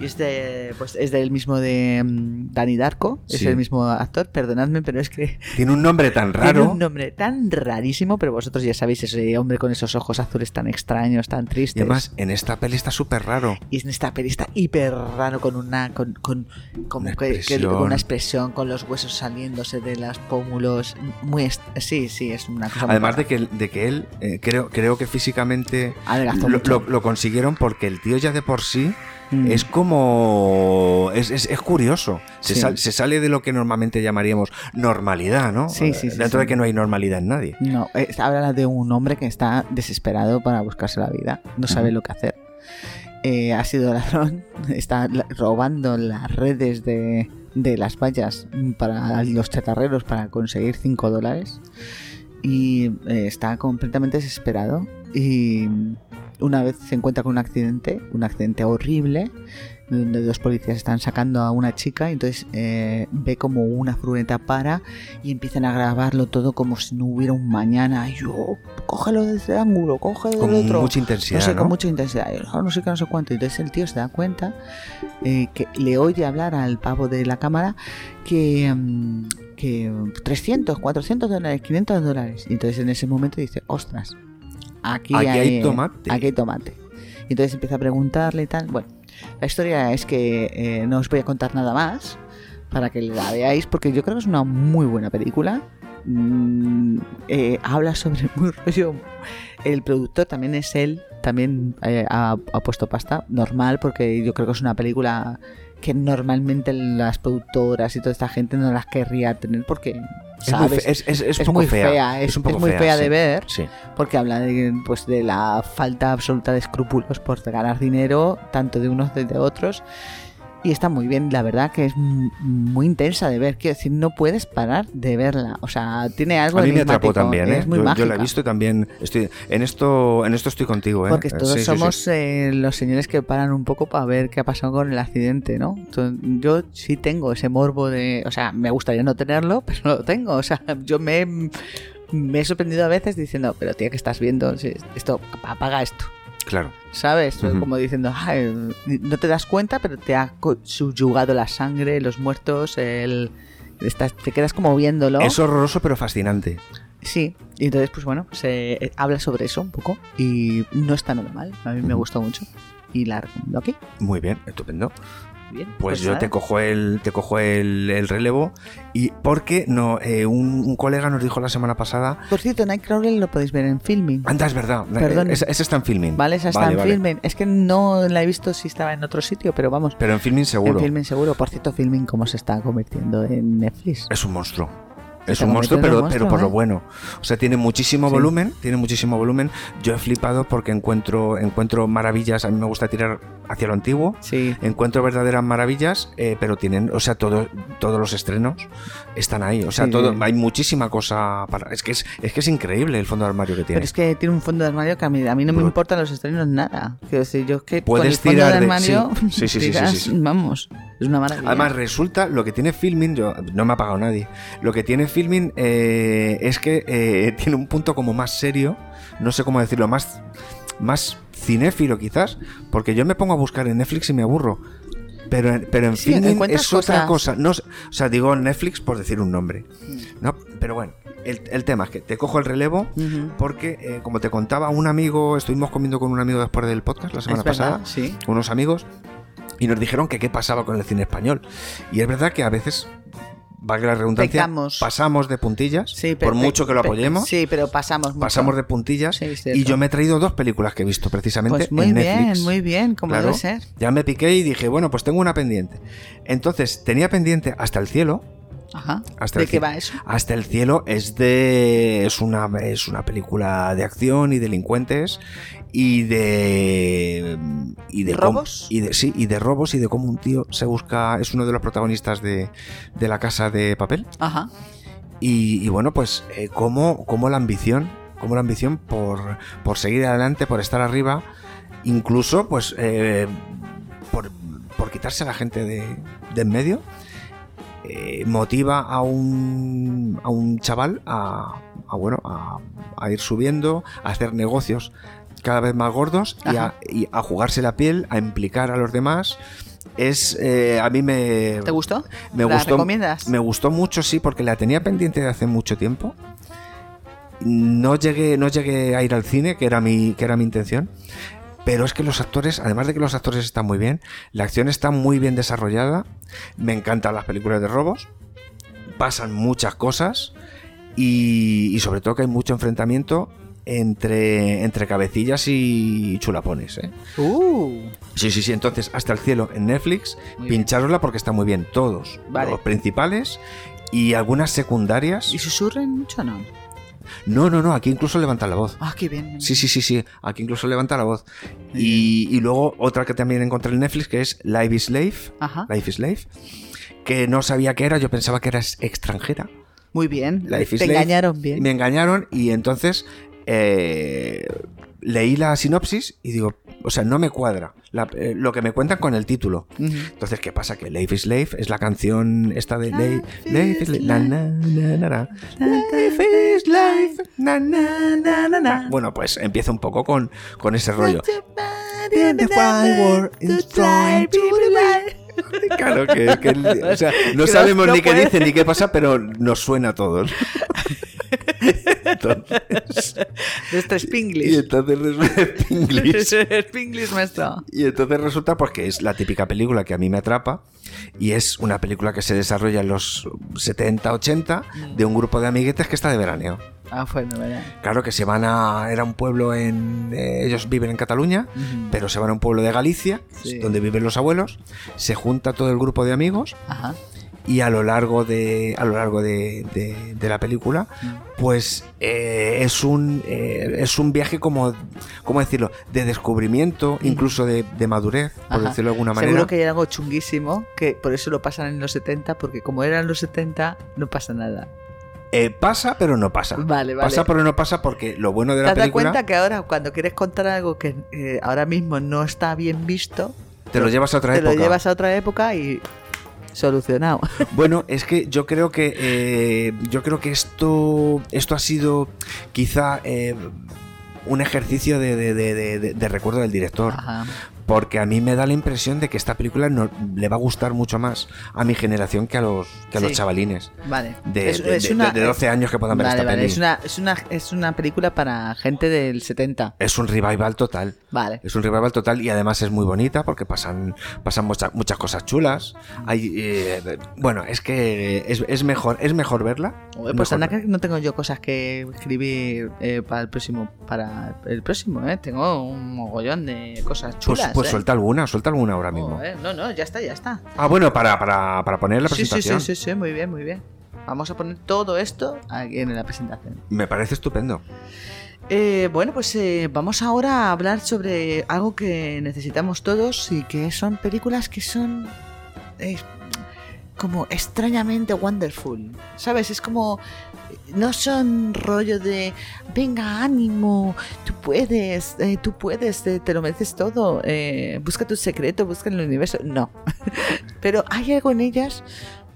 Speaker 5: Y es, de- pues, es del mismo de mm, Danny Darko, es
Speaker 1: Sí.
Speaker 5: el mismo actor, perdonadme, pero es que
Speaker 1: Tiene un nombre tan
Speaker 5: tiene
Speaker 1: raro
Speaker 5: un nombre tan rarísimo, pero vosotros ya sabéis, ese hombre con esos ojos azules tan extraños, tan
Speaker 1: y
Speaker 5: tristes.
Speaker 1: además en esta peli está súper raro.
Speaker 5: Y es esta peli este. está hiper raro con una con, con, como
Speaker 1: Una
Speaker 5: que- que-
Speaker 1: expresión.
Speaker 5: con una expresión, con los huesos saliéndose de los pómulos. Muy est- sí, sí, es una cosa muy
Speaker 1: Además
Speaker 5: rara.
Speaker 1: de que, de que él, eh, creo, creo que físicamente
Speaker 5: Adelgazó
Speaker 1: lo,
Speaker 5: mucho.
Speaker 1: lo- lo consiguieron porque el tío ya de por sí
Speaker 5: Mm.
Speaker 1: es como como. Es, es- es curioso. Se,
Speaker 5: Sí.
Speaker 1: sal- se sale de lo que normalmente llamaríamos normalidad, ¿no? Eh,
Speaker 5: Sí, sí, sí,
Speaker 1: Dentro de
Speaker 5: sí.
Speaker 1: que no hay normalidad en nadie.
Speaker 5: No, eh, habla de un hombre que está desesperado para buscarse la vida, no sabe lo que hacer. Eh, ha sido ladrón, está la- robando las redes de, de las vallas para los chatarreros para conseguir 5 dólares y eh, está completamente desesperado y una vez se encuentra con un accidente, un accidente horrible, donde dos policías están sacando a una chica y entonces eh, ve como una furgoneta para y empiezan a grabarlo todo como si no hubiera un mañana. Y yo, cógelo de ese ángulo, cógelo
Speaker 1: Con
Speaker 5: del otro.
Speaker 1: mucha intensidad.
Speaker 5: No sé,
Speaker 1: ¿no?
Speaker 5: con mucha intensidad. Y, "Ah, no sé qué, no sé cuánto. Entonces el tío se da cuenta eh, que le oye hablar al pavo de la cámara que, mm, que 300, 400 dólares, 500 dólares. Y entonces en ese momento dice, ostras, aquí,
Speaker 1: Aquí hay tomate".
Speaker 5: Aquí hay tomate. Y entonces empieza a preguntarle y tal. Bueno, la historia es que eh, no os voy a contar nada más para que la veáis porque yo creo que es una muy buena película. Mm, eh, habla sobre muy rollo el productor también es él, también eh, ha, ha puesto pasta, normal, porque yo creo que es una película que normalmente las productoras y toda esta gente no las querría tener porque
Speaker 1: Es, muy
Speaker 5: sabes,
Speaker 1: fe- es- es- es
Speaker 5: es
Speaker 1: poco
Speaker 5: muy fea, es-
Speaker 1: Es, un poco
Speaker 5: es muy fea de
Speaker 1: sí.
Speaker 5: ver.
Speaker 1: Sí.
Speaker 5: porque habla de, pues, de la falta absoluta de escrúpulos por ganar dinero, tanto de unos como de otros. Y está muy bien, la verdad que es m- muy intensa de ver. Quiero decir, no puedes parar de verla. O sea, tiene algo
Speaker 1: A mí me
Speaker 5: enigmático,
Speaker 1: atrapó también, ¿eh?
Speaker 5: Es muy
Speaker 1: yo, yo la
Speaker 5: mágica.
Speaker 1: he visto y también. Estoy, en, esto, en esto estoy contigo, ¿eh?
Speaker 5: Porque
Speaker 1: Eh,
Speaker 5: todos
Speaker 1: sí, sí,
Speaker 5: somos
Speaker 1: sí.
Speaker 5: eh, los señores que paran un poco para ver qué ha pasado con el accidente, ¿no? Entonces, yo sí tengo ese morbo de. O sea, me gustaría no tenerlo, pero lo tengo. O sea, yo me, he- me he sorprendido a veces diciendo, pero tía, ¿qué estás viendo? Sí, Esto, apaga esto.
Speaker 1: Claro.
Speaker 5: ¿Sabes?
Speaker 1: Ujú.
Speaker 5: Como diciendo, "Ay, no te das cuenta, pero te ha co- subyugado la sangre, los muertos, el. estás- te quedas como viéndolo.
Speaker 1: Es horroroso, pero fascinante.
Speaker 5: Sí, y entonces, pues bueno, se eh, habla sobre eso un poco y no está nada mal. A mí me gustó mucho y la recomiendo aquí.
Speaker 1: Muy bien, estupendo.
Speaker 5: Bien,
Speaker 1: Pues, yo
Speaker 5: nada.
Speaker 1: te cojo el, te cojo el, el relevo. Y porque no, eh, un, un colega nos dijo la semana pasada.
Speaker 5: Por cierto, Nightcrawler lo podéis ver en filming.
Speaker 1: Anda, es verdad.
Speaker 5: Perdón.
Speaker 1: Esa, esa está en filming.
Speaker 5: ¿Vale? Esa está en
Speaker 1: vale.
Speaker 5: filming. Es que no la he visto si estaba en otro sitio, pero vamos.
Speaker 1: Pero en filming seguro.
Speaker 5: En filming seguro. Por cierto, filming, ¿cómo se está convirtiendo en Netflix?
Speaker 1: Es un monstruo. Es
Speaker 5: Se
Speaker 1: un monstruo,
Speaker 5: convirtió en
Speaker 1: pero,
Speaker 5: un
Speaker 1: pero
Speaker 5: monstruo,
Speaker 1: por lo
Speaker 5: ¿eh?
Speaker 1: bueno. O sea, tiene muchísimo
Speaker 5: Sí.
Speaker 1: volumen, tiene muchísimo volumen. Yo he flipado porque encuentro, encuentro maravillas. A mí me gusta tirar hacia lo antiguo.
Speaker 5: Sí.
Speaker 1: Encuentro verdaderas maravillas, eh, pero tienen, o sea, todo, todos los estrenos están ahí. O sea,
Speaker 5: Sí.
Speaker 1: todo, hay muchísima cosa para. Es que es, es que es increíble el fondo de armario que tiene.
Speaker 5: Pero es que tiene un fondo de armario que a mí, a mí no me
Speaker 1: Brut-
Speaker 5: importan los estrenos nada. Quiero decir, yo es que con el
Speaker 1: Puedes
Speaker 5: fondo
Speaker 1: tirar
Speaker 5: de
Speaker 1: de-
Speaker 5: armario
Speaker 1: sí, sí, sí, sí, sí,
Speaker 5: tiras,
Speaker 1: sí.
Speaker 5: vamos, es una maravilla.
Speaker 1: Además, resulta lo que tiene Filmin, yo, no me ha pagado nadie. Lo que tiene Filmin eh, es que eh, tiene un punto como más serio, no sé cómo decirlo, más, más cinéfilo quizás, porque yo me pongo a buscar en Netflix y me aburro. Pero, en- pero en
Speaker 5: Sí,
Speaker 1: Filmin
Speaker 5: encuentras
Speaker 1: es otra cosa.
Speaker 5: cosas.
Speaker 1: No, sé- o sea, digo Netflix por decir un nombre.
Speaker 5: Mm.
Speaker 1: No, pero bueno, el, el tema es que te cojo el relevo.
Speaker 5: Ujú.
Speaker 1: Porque, eh, como te contaba, un amigo, estuvimos comiendo con un amigo después del podcast la semana
Speaker 5: Es verdad,
Speaker 1: pasada,
Speaker 5: sí.
Speaker 1: unos amigos, y nos dijeron que qué pasaba con el cine español. Y es verdad que a veces, valga la redundancia,
Speaker 5: Pecamos.
Speaker 1: pasamos de puntillas,
Speaker 5: Sí,
Speaker 1: por
Speaker 5: pero-
Speaker 1: mucho que lo
Speaker 5: pe-
Speaker 1: apoyemos,
Speaker 5: Sí, pero pasamos mucho.
Speaker 1: pasamos de puntillas,
Speaker 5: Sí, es cierto.
Speaker 1: y yo me he traído dos películas que he visto precisamente
Speaker 5: Pues muy
Speaker 1: en
Speaker 5: bien,
Speaker 1: Netflix.
Speaker 5: muy bien, como
Speaker 1: Claro,
Speaker 5: debe ser.
Speaker 1: Ya me piqué y dije, bueno, pues tengo una pendiente. Entonces, tenía pendiente Hasta el Cielo,
Speaker 5: Ajá.
Speaker 1: Hasta
Speaker 5: ¿De
Speaker 1: el
Speaker 5: qué
Speaker 1: cielo.
Speaker 5: va eso?
Speaker 1: Hasta el cielo es de es una es una película de acción y delincuentes y de y de cómo-
Speaker 5: ¿Robos?
Speaker 1: y de sí y de robos y de cómo un tío se busca es uno de los protagonistas de, de la casa de papel
Speaker 5: Ajá.
Speaker 1: y, y bueno pues eh, cómo cómo la ambición cómo la ambición por por seguir adelante por estar arriba incluso pues eh, por, por quitarse a la gente de, de en medio, eh, motiva a un, a un chaval a, a, bueno, a, a ir subiendo, a hacer negocios cada vez más gordos y a,
Speaker 5: Ajá.
Speaker 1: y a jugarse la piel, a implicar a los demás. Es eh, a mí me
Speaker 5: ¿Te gustó?
Speaker 1: me
Speaker 5: ¿La
Speaker 1: gustó,
Speaker 5: recomiendas?
Speaker 1: Me gustó mucho, sí, porque la tenía pendiente de hace mucho tiempo. No llegué, no llegué a ir al cine, que era mi, que era mi intención. Pero es que los actores, además de que los actores están muy bien, la acción está muy bien desarrollada. Me encantan las películas de robos. Pasan muchas cosas. Y, y sobre todo que hay mucho enfrentamiento. entre, entre cabecillas y chulapones. ¿eh?
Speaker 5: Uh,
Speaker 1: Sí, sí, sí. Entonces, hasta el cielo en Netflix,
Speaker 5: Muy bien.
Speaker 1: pinchárosla porque está muy bien. Todos.
Speaker 5: Vale.
Speaker 1: Los principales y algunas secundarias.
Speaker 5: ¿Y susurran mucho o no?
Speaker 1: No, no, no. Aquí incluso levantan la voz.
Speaker 5: Ah, qué bien.
Speaker 1: Sí, sí, sí, sí. Aquí incluso levanta la voz. Y, y luego otra que también encontré en Netflix que es Live is Life.
Speaker 5: Ajá.
Speaker 1: Life is Life. Que no sabía qué era, yo pensaba que era es- extranjera.
Speaker 5: Muy bien.
Speaker 1: Life is
Speaker 5: Te
Speaker 1: Life.
Speaker 5: engañaron bien.
Speaker 1: Me engañaron y entonces eh, leí la sinopsis y digo, o sea, no me cuadra la- eh, lo que me cuentan con el título.
Speaker 5: Ujú.
Speaker 1: Entonces, ¿qué pasa? Que Life is Life es la canción esta de Life,
Speaker 5: Life
Speaker 1: Life is
Speaker 5: is
Speaker 1: Life. na, na, na, na, na. Life is Life. na, na, na, na, na. Bueno, pues empieza un poco con, con ese rollo. Claro que, que- o sea, no
Speaker 5: Que
Speaker 1: sabemos
Speaker 5: no
Speaker 1: ni qué
Speaker 5: puede.
Speaker 1: dice ni qué pasa, pero nos suena a todos. Entonces-
Speaker 5: Nuestro
Speaker 1: y
Speaker 5: Spinglish.
Speaker 1: entonces resulta English.
Speaker 5: Spinglish nuestro.
Speaker 1: Y entonces resulta pues que es la típica película que a mí me atrapa y es una película que se desarrolla en los 70, 80
Speaker 5: Mm.
Speaker 1: de un grupo de amiguetes que está de veraneo.
Speaker 5: Ah, fue verdad.
Speaker 1: Claro que se van a... Era un pueblo en... eh, ellos viven en Cataluña,
Speaker 5: Ujú.
Speaker 1: pero se van a un pueblo de Galicia,
Speaker 5: Sí.
Speaker 1: donde viven los abuelos, se junta todo el grupo de amigos
Speaker 5: Ajá.
Speaker 1: y a lo largo de a lo largo de, de- de la película pues eh, es un eh, es un viaje como cómo decirlo de descubrimiento incluso de, de madurez por
Speaker 5: Ajá.
Speaker 1: decirlo de alguna manera
Speaker 5: Seguro que hay algo chunguísimo, que por eso lo pasan en los 70, porque como eran los 70, no pasa nada.
Speaker 1: Eh, pasa pero no pasa
Speaker 5: Vale, vale.
Speaker 1: pasa pero no pasa porque lo bueno de
Speaker 5: ¿Te
Speaker 1: la
Speaker 5: has dado
Speaker 1: película
Speaker 5: cuenta que ahora cuando quieres contar algo que eh, ahora mismo no está bien visto,
Speaker 1: te lo llevas a otra
Speaker 5: te
Speaker 1: época
Speaker 5: lo llevas a otra época y solucionado?
Speaker 1: Bueno, es que yo creo que eh, yo creo que esto esto ha sido quizá eh, un ejercicio de, de- de- de- de- de recuerdo del director,
Speaker 5: Ajá.
Speaker 1: porque a mí me da la impresión de que esta película no, le va a gustar mucho más a mi generación que a los que a los
Speaker 5: Sí.
Speaker 1: chavalines
Speaker 5: Vale.
Speaker 1: de, de- de- de 12 años que puedan ver
Speaker 5: Vale,
Speaker 1: esta
Speaker 5: vale.
Speaker 1: peli.
Speaker 5: Es una, es, una, es una película para gente del 70.
Speaker 1: Es un revival total.
Speaker 5: Vale.
Speaker 1: Es un revival total y además es muy bonita porque pasan, pasan mucha- muchas cosas chulas. Hay, eh, bueno, es que es, es mejor, es mejor verla.
Speaker 5: Pues anda
Speaker 1: Mejor
Speaker 5: que no tengo yo cosas que escribir eh, para el próximo, para el próximo, ¿eh? Tengo un mogollón de cosas
Speaker 1: Pues,
Speaker 5: chulas.
Speaker 1: pues
Speaker 5: ¿eh?
Speaker 1: suelta alguna, suelta alguna ahora mismo.
Speaker 5: Joder, no, no, ya está, ya está.
Speaker 1: Ah, bueno, para, para, para poner la
Speaker 5: Sí, sí,
Speaker 1: presentación.
Speaker 5: sí, sí, sí, muy bien, muy bien. Vamos a poner todo esto aquí en la presentación.
Speaker 1: Me parece estupendo.
Speaker 5: Eh, bueno, pues eh, vamos ahora a hablar sobre algo que necesitamos todos y que son películas que son eh, como extrañamente wonderful. ¿Sabes? Es como... eh, No son rollo de, venga, ánimo, tú puedes, eh, tú puedes, eh, te lo mereces todo, eh, busca tu secreto, busca en el universo. No. Pero hay algo en ellas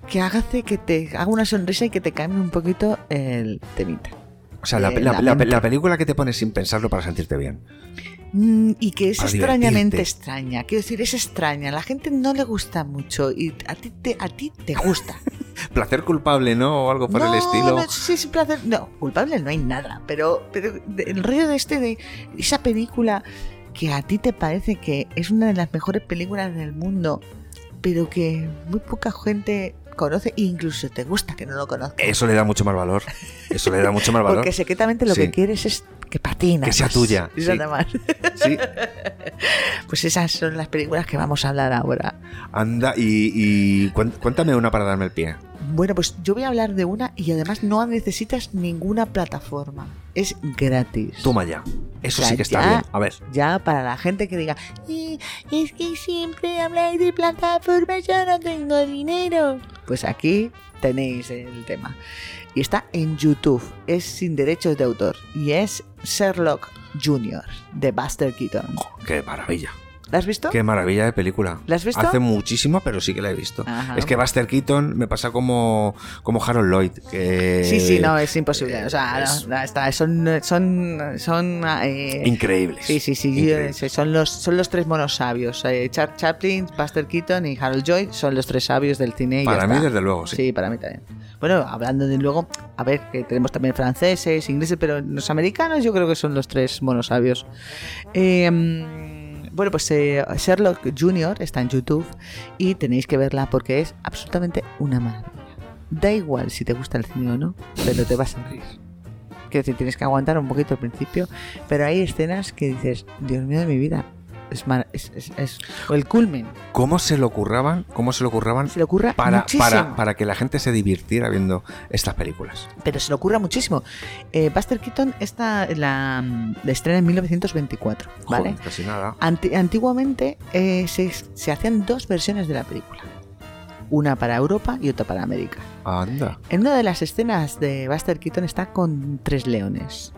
Speaker 5: que hágase que te haga una sonrisa y que te cambie un poquito el temita.
Speaker 1: O sea, la,
Speaker 5: Eh,
Speaker 1: la-
Speaker 5: la
Speaker 1: la-
Speaker 5: mente.
Speaker 1: la película que te pones sin pensarlo para sentirte bien.
Speaker 5: Mm, y que es
Speaker 1: Para
Speaker 5: extrañamente
Speaker 1: divertirte.
Speaker 5: extraña. Quiero decir, es extraña. La gente no le gusta mucho y a ti te, a ti te gusta.
Speaker 1: Placer culpable, ¿no? O algo por
Speaker 5: no,
Speaker 1: el estilo.
Speaker 5: No, sí, es un placer. No, culpable no hay nada. Pero, pero de- el rollo de este, de esa película que a ti te parece que es una de las mejores películas del mundo, pero que muy poca gente conoce e incluso te gusta que no lo conozca.
Speaker 1: Eso le da mucho más valor. Eso le da mucho más valor.
Speaker 5: Porque secretamente lo
Speaker 1: Sí.
Speaker 5: que quieres es que patina.
Speaker 1: Que sea
Speaker 5: más.
Speaker 1: tuya,
Speaker 5: Y
Speaker 1: sí.
Speaker 5: nada más.
Speaker 1: Sí,
Speaker 5: Pues esas son las películas que vamos a hablar ahora.
Speaker 1: anda y, y cuén- cuéntame una para darme el pie.
Speaker 5: Bueno, pues yo voy a hablar de una y además no necesitas ninguna plataforma. Es gratis.
Speaker 1: Toma ya. Eso
Speaker 5: O sea,
Speaker 1: sí que está
Speaker 5: ya-
Speaker 1: bien. A ver.
Speaker 5: Ya para la gente que diga, "Eh, es que siempre habláis de plataformas, yo no tengo dinero. Pues aquí tenéis el tema. Y está en YouTube. Es sin derechos de autor. Y es Sherlock Jr. de Buster Keaton.
Speaker 1: Qué maravilla.
Speaker 5: ¿La has visto?
Speaker 1: Qué maravilla de película.
Speaker 5: ¿La has visto?
Speaker 1: Hace muchísimo, pero sí que la he visto.
Speaker 5: Ajá.
Speaker 1: Es que Buster Keaton me pasa como, como Harold Lloyd. que-
Speaker 5: Sí, sí, no, es imposible. O sea,
Speaker 1: es-
Speaker 5: no, no, está- son, son, son eh,
Speaker 1: Increíbles.
Speaker 5: Sí, sí, sí, yo-
Speaker 1: Increíbles.
Speaker 5: sí, son los, son los tres monos sabios. eh, Charles Chaplin, Buster Keaton y Harold Joy son los tres sabios del cine. y ya
Speaker 1: Para mí,
Speaker 5: está.
Speaker 1: desde luego, sí.
Speaker 5: Sí, para mí también. Bueno, hablando de luego, a ver, que tenemos también franceses, ingleses, pero los americanos yo creo que son los tres monosabios. Eh, mm, bueno, pues eh, Sherlock Jr. está en YouTube y tenéis que verla porque es absolutamente una maravilla. Da igual si te gusta el cine o no, pero te vas a reír. Quiero decir, tienes que aguantar un poquito al principio, pero hay escenas que dices, Dios mío de mi vida, es, mar- es, es- es- o el culmen.
Speaker 1: ¿Cómo se lo curraban? ¿Cómo se lo curraban?
Speaker 5: Se le ocurra
Speaker 1: para,
Speaker 5: muchísimo.
Speaker 1: para, para que la gente se divirtiera viendo estas películas.
Speaker 5: Pero se le ocurra muchísimo. Eh, Buster Keaton esta, la, mm, la estrena en 1924, ¿vale?
Speaker 1: Joder, casi nada.
Speaker 5: Anti- antiguamente eh, se, se hacían dos versiones de la película. Una para Europa y otra para América.
Speaker 1: Anda.
Speaker 5: En una de las escenas de Buster Keaton está con tres leones.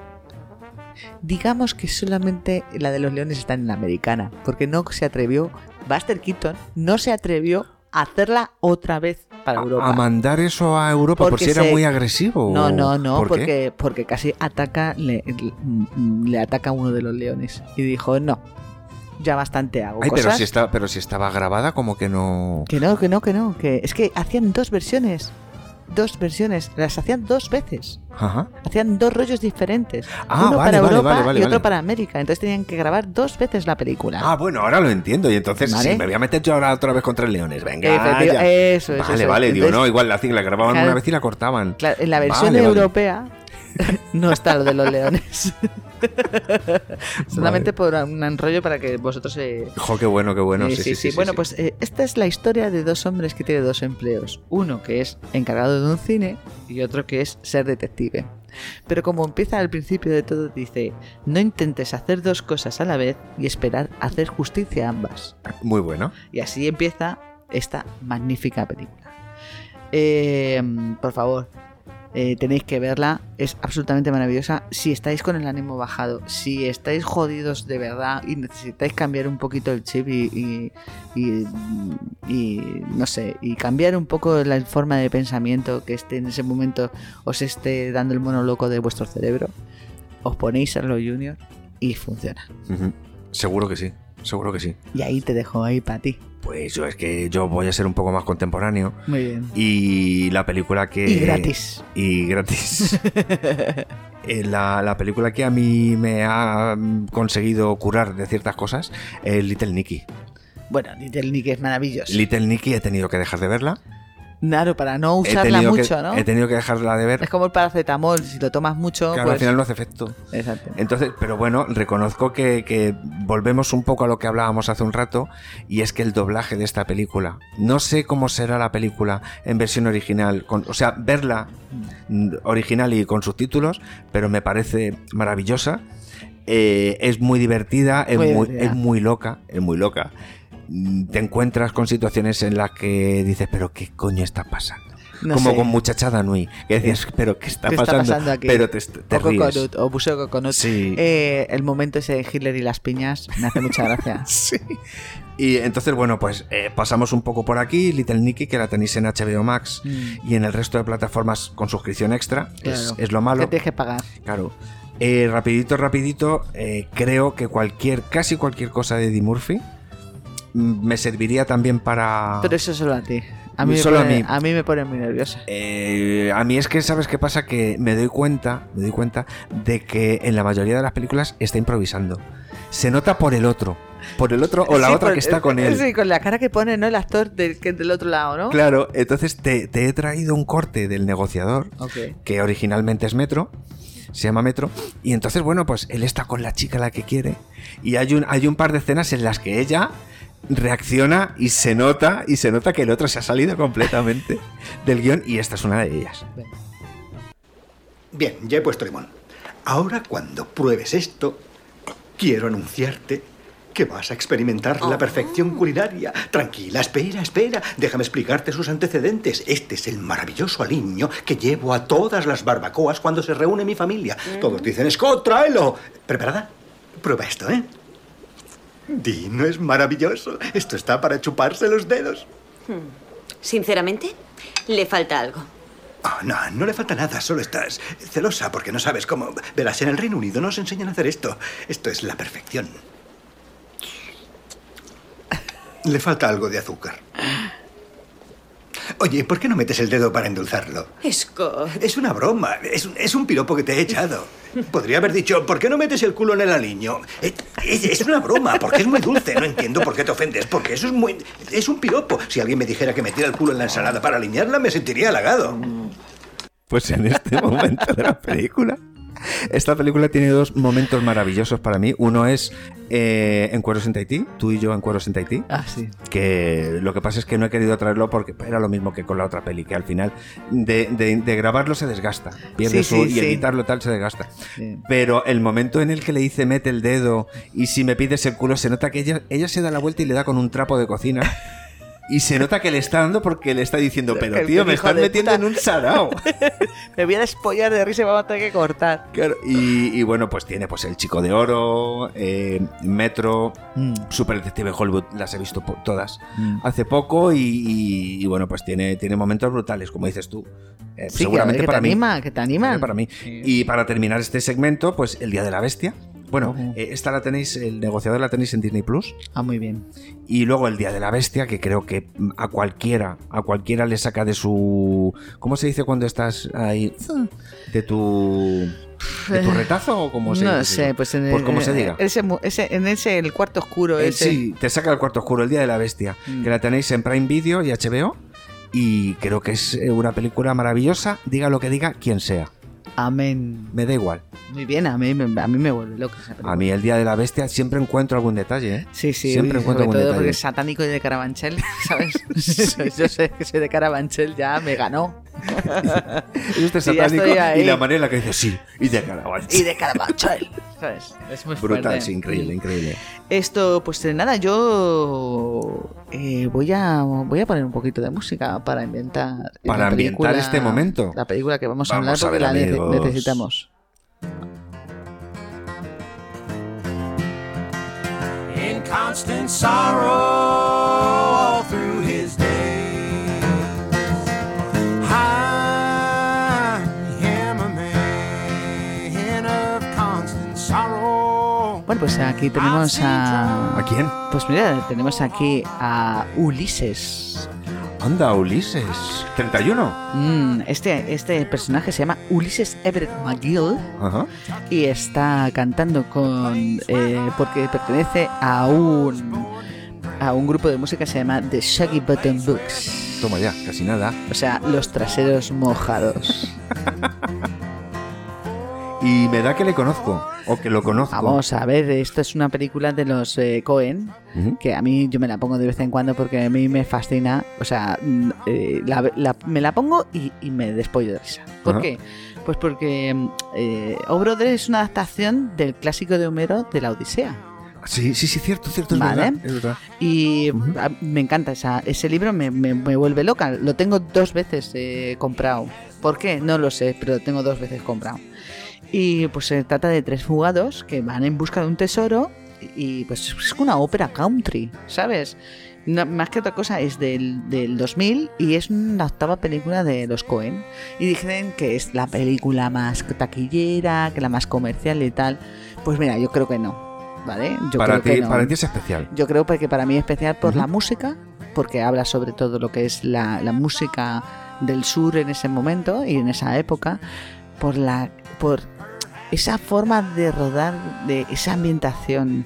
Speaker 5: Digamos que solamente la de los leones está en la americana, porque no se atrevió, Buster Keaton no se atrevió a hacerla otra vez para
Speaker 1: A-
Speaker 5: Europa.
Speaker 1: A, mandar eso a Europa por
Speaker 5: Porque
Speaker 1: si era
Speaker 5: se-
Speaker 1: muy agresivo.
Speaker 5: No, no, no,
Speaker 1: ¿Por qué?
Speaker 5: porque, porque casi ataca, le, le- le ataca a uno de los leones. Y dijo, no, ya bastante hago.
Speaker 1: Ay, pero
Speaker 5: cosas
Speaker 1: si, estaba, pero si estaba grabada, como que no.
Speaker 5: Que no, que no, que no, que es que hacían dos versiones. Dos versiones, las hacían dos veces.
Speaker 1: Ajá.
Speaker 5: Hacían dos rollos diferentes.
Speaker 1: Ah,
Speaker 5: uno
Speaker 1: vale,
Speaker 5: para
Speaker 1: vale,
Speaker 5: Europa
Speaker 1: vale, vale,
Speaker 5: y otro
Speaker 1: vale.
Speaker 5: para América. Entonces tenían que grabar dos veces la película.
Speaker 1: Ah, bueno, ahora lo entiendo. Y entonces,
Speaker 5: Vale.
Speaker 1: sí, me voy a meter yo ahora otra vez con tres leones. Venga,
Speaker 5: Efectiva-
Speaker 1: ya.
Speaker 5: eso, eso,
Speaker 1: Vale,
Speaker 5: eso.
Speaker 1: vale, digo,
Speaker 5: Entonces,
Speaker 1: no, igual la, hacían- la grababan
Speaker 5: claro.
Speaker 1: una vez y la cortaban.
Speaker 5: Claro, en la versión
Speaker 1: Vale, vale.
Speaker 5: europea no está lo de los leones. Solamente por un rollo para que vosotros eh,
Speaker 1: Jo, qué bueno, qué bueno.
Speaker 5: Eh,
Speaker 1: Sí, sí, sí. sí,
Speaker 5: bueno,
Speaker 1: sí.
Speaker 5: pues eh, esta es la historia de dos hombres que tienen dos empleos. Uno que es encargado de un cine y otro que es ser detective. Pero como empieza al principio de todo, dice, no intentes hacer dos cosas a la vez y esperar hacer justicia a ambas.
Speaker 1: Muy bueno.
Speaker 5: Y así empieza esta magnífica película. Eh, por favor, eh, tenéis que verla, es absolutamente maravillosa. Si estáis con el ánimo bajado, si estáis jodidos de verdad y necesitáis cambiar un poquito el chip y, y- y- y, no sé, y cambiar un poco la forma de pensamiento que esté en ese momento os esté dando el mono loco de vuestro cerebro, os ponéis a lo junior y funciona.
Speaker 1: Ujú. Seguro que sí. Seguro que sí.
Speaker 5: Y ahí te dejo ahí para ti.
Speaker 1: Pues yo es que yo voy a ser un poco más contemporáneo.
Speaker 5: Muy bien.
Speaker 1: Y la película que.
Speaker 5: y gratis.
Speaker 1: Y gratis. Eh, la, la película que a mí me ha mm, conseguido curar de ciertas cosas es Little Nicky.
Speaker 5: Bueno, Little Nick es maravilloso.
Speaker 1: Little Nicky he tenido que dejar de verla.
Speaker 5: claro, para no
Speaker 1: He
Speaker 5: usarla
Speaker 1: tenido que-
Speaker 5: mucho, ¿no?
Speaker 1: He tenido que dejarla de ver.
Speaker 5: Es como el paracetamol, si lo tomas mucho,
Speaker 1: Claro,
Speaker 5: pues...
Speaker 1: al final no hace efecto.
Speaker 5: Exacto.
Speaker 1: Entonces, pero bueno, reconozco que, que volvemos un poco a lo que hablábamos hace un rato, y es que el doblaje de esta película. No sé cómo será la película en versión original, con- o sea, verla mm, original y con subtítulos, pero me parece maravillosa. Eh, es muy divertida, es
Speaker 5: Muy
Speaker 1: muy,
Speaker 5: divertida.
Speaker 1: es muy loca, es muy loca. Mm, Te encuentras con situaciones en las que dices, pero ¿qué coño está pasando?
Speaker 5: No
Speaker 1: Como
Speaker 5: sé.
Speaker 1: con muchachada Nui, que decías, pero ¿qué está,
Speaker 5: ¿Qué está
Speaker 1: pasando?
Speaker 5: pasando aquí?
Speaker 1: Pero te, te
Speaker 5: o
Speaker 1: ríes.
Speaker 5: Coconut, o Buceo Coconut.
Speaker 1: Sí.
Speaker 5: Eh, el momento ese de Hitler y las piñas me hace mucha gracia.
Speaker 1: Sí. Y entonces, bueno, pues eh, pasamos un poco por aquí. Little Nicky, que la tenéis en HBO Max
Speaker 5: Mm.
Speaker 1: y en el resto de plataformas con suscripción extra. Es,
Speaker 5: Claro.
Speaker 1: es lo malo.
Speaker 5: Que tienes que pagar.
Speaker 1: Claro. Eh, rapidito, rapidito, eh, creo que cualquier, casi cualquier cosa de Eddie Murphy mm, me serviría también para...
Speaker 5: Pero eso solo a ti. A mí, me
Speaker 1: Ah. Solo a
Speaker 5: pone-
Speaker 1: mí.
Speaker 5: a mí me pone muy nerviosa.
Speaker 1: Eh, a mí es que, ¿sabes qué pasa? Que me doy cuenta, me doy cuenta de que en la mayoría de las películas está improvisando. Se nota por el otro. Por el otro o la
Speaker 5: Sí,
Speaker 1: otra
Speaker 5: por- eh,
Speaker 1: que está con él.
Speaker 5: Sí, con la cara que pone, ¿no? El actor del, que- del otro lado, ¿no?
Speaker 1: Claro, entonces te, te he traído un corte del negociador,
Speaker 5: Ok.
Speaker 1: que originalmente es Metro, se llama Metro, y entonces, bueno, pues él está con la chica a la que quiere, y hay un, hay un par de escenas en las que ella reacciona y se nota, y se nota que el otro se ha salido completamente del guión, y esta es una de ellas.
Speaker 8: Bien, ya he puesto limón. Ahora, cuando pruebes esto, quiero anunciarte que vas a experimentar la perfección culinaria. Tranquila, espera, espera. Déjame explicarte sus antecedentes. Este es el maravilloso aliño que llevo a todas las barbacoas cuando se reúne mi familia. Todos dicen, Scott, tráelo. ¿Preparada? Prueba esto, ¿eh? Di, no es maravilloso. Esto está para chuparse los dedos.
Speaker 6: Sinceramente, le falta algo.
Speaker 8: Ah, no, no le falta nada, solo estás celosa porque no sabes cómo. Verás, en el Reino Unido nos enseñan a hacer esto. Esto es la perfección. Le falta algo de azúcar. Oye, ¿por qué no metes el dedo para endulzarlo?
Speaker 6: Scott.
Speaker 8: Es una broma, es, un- es un piropo que te he echado. Podría haber dicho, ¿por qué no metes el culo en el aliño? Eh, Es, es una broma, porque es muy dulce, no entiendo por qué te ofendes, porque eso es muy... Es un piropo. Si alguien me dijera que metiera el culo en la ensalada para alinearla, me sentiría halagado.
Speaker 1: Pues en este momento de la película Esta película tiene dos momentos maravillosos para mí. Uno es eh, En Cueros en Tahití, tú y yo en Cueros en Tahití.
Speaker 5: Ah, sí.
Speaker 1: Que lo que pasa es que no he querido traerlo porque era lo mismo que con la otra peli, que al final de, de- de grabarlo se desgasta. Pierde
Speaker 5: Sí,
Speaker 1: su-
Speaker 5: sí,
Speaker 1: y
Speaker 5: sí.
Speaker 1: editarlo tal se desgasta.
Speaker 5: Sí.
Speaker 1: Pero el momento en el que le dice mete el dedo y si me pides el culo, se nota que ella, ella se da la vuelta y le da con un trapo de cocina. Y se nota que le está dando porque le está diciendo, pero
Speaker 5: El
Speaker 1: tío, me
Speaker 5: hijo
Speaker 1: estás
Speaker 5: de
Speaker 1: metiendo
Speaker 5: puta".
Speaker 1: en un sarao.
Speaker 5: Me voy a despollar de risa y vamos a tener que cortar.
Speaker 1: Claro, y, y bueno, pues tiene pues El Chico de Oro, eh, Metro,
Speaker 5: Mm.
Speaker 1: Super Detective Hollywood, las he visto po- todas hace poco y, y- y bueno, pues tiene, tiene momentos brutales, como dices tú. Eh,
Speaker 5: Sí, que-
Speaker 1: seguramente
Speaker 5: que te
Speaker 1: para mí.
Speaker 5: anima, que te animan.
Speaker 1: Para mí. Y para terminar este segmento, pues El Día de la Bestia. Bueno, eh, esta la tenéis, el negociador la tenéis en Disney Plus.
Speaker 5: Ah, muy bien.
Speaker 1: Y luego el Día de la Bestia, que creo que mm, a cualquiera, a cualquiera le saca de su. ¿Cómo se dice cuando estás ahí? De tu. ¿De tu retazo o cómo se
Speaker 5: no
Speaker 1: dice?
Speaker 5: sé, pues en el,
Speaker 1: Por como se diga.
Speaker 5: Ese, mu- ese- en ese, el cuarto oscuro,
Speaker 1: Eh,
Speaker 5: ese. Mm.
Speaker 1: Sí, te saca el cuarto oscuro, el Día de la Bestia, que la tenéis en Prime Video y HBO. Y creo que es eh, una película maravillosa, diga lo que diga quien sea.
Speaker 5: Amén.
Speaker 1: Me da igual.
Speaker 5: Muy bien, a mí, me- a mí me vuelve loco esa película.
Speaker 1: A mí el Día de la Bestia siempre encuentro algún detalle, ¿eh?
Speaker 5: Sí, sí,
Speaker 1: Ah, Siempre
Speaker 5: uy,
Speaker 1: encuentro
Speaker 5: sobre
Speaker 1: algún
Speaker 5: todo
Speaker 1: detalle.
Speaker 5: porque es satánico y de Carabanchel, ¿sabes? Yo sé que soy de Carabanchel, ya me ganó.
Speaker 1: Y este
Speaker 5: Sí, ya estoy
Speaker 1: satánico
Speaker 5: ahí.
Speaker 1: y la manera en la que dice sí, y de carnaval.
Speaker 5: Y de Carabanchel, ¿sabes? Es muy
Speaker 1: Brutal,
Speaker 5: fuerte.
Speaker 1: sí, increíble, increíble.
Speaker 5: Esto, pues eh, nada, yo eh, voy, a, voy a poner un poquito de música para inventar. eh,
Speaker 1: Para
Speaker 5: la
Speaker 1: ambientar este momento.
Speaker 5: La película que vamos a
Speaker 1: Vamos
Speaker 5: hablar
Speaker 1: a
Speaker 5: porque
Speaker 1: ver,
Speaker 5: la nece-
Speaker 1: amigos.
Speaker 5: necesitamos.
Speaker 9: in constant sorrow all through his days. I am a man of constant sorrow.
Speaker 5: Bueno, pues aquí tenemos a.
Speaker 1: ¿A quién?
Speaker 5: Pues mira, tenemos aquí a Ulises.
Speaker 1: Anda, Ulises. 31.
Speaker 5: Mm, este, este personaje se llama Ulises Everett McGill
Speaker 1: Ajá.
Speaker 5: y está cantando con eh, porque pertenece a un a un grupo de música que se llama The Shaggy Button Books.
Speaker 1: Toma ya, casi nada.
Speaker 5: O sea, los traseros mojados.
Speaker 1: Y me da que le conozco. O que lo conozco.
Speaker 5: Vamos a ver, esto es una película de los eh, Cohen,
Speaker 1: Ujú.
Speaker 5: que a mí yo me la pongo de vez en cuando porque a mí me fascina. O sea, mm, eh, la- la- me la pongo y, y me despollo de risa. ¿Por
Speaker 1: Ajá.
Speaker 5: qué? Pues porque mm, eh, O Brother es una adaptación del clásico de Homero de la Odisea.
Speaker 1: Sí, sí, sí, cierto, cierto, es
Speaker 5: Vale.
Speaker 1: verdad. Es verdad.
Speaker 5: Y a- me encanta esa- ese libro, me, me- me vuelve loca. Lo tengo dos veces eh, comprado. ¿Por qué? No lo sé, pero lo tengo dos veces comprado. Y pues se trata de tres fugados que van en busca de un tesoro y pues es una ópera country, ¿sabes? No- más que otra cosa, es del, del 2000 y es la octava película de los Cohen. Y dicen que es la película más taquillera, que la más comercial y tal. Pues mira, yo creo que no. ¿Vale? Yo
Speaker 1: Para
Speaker 5: creo que
Speaker 1: ti,
Speaker 5: no.
Speaker 1: para ti es especial.
Speaker 5: Yo creo que para mí es especial por
Speaker 1: Ujú.
Speaker 5: la música, porque habla sobre todo lo que es la, la música del sur en ese momento y en esa época, por la por esa forma de rodar, de esa ambientación,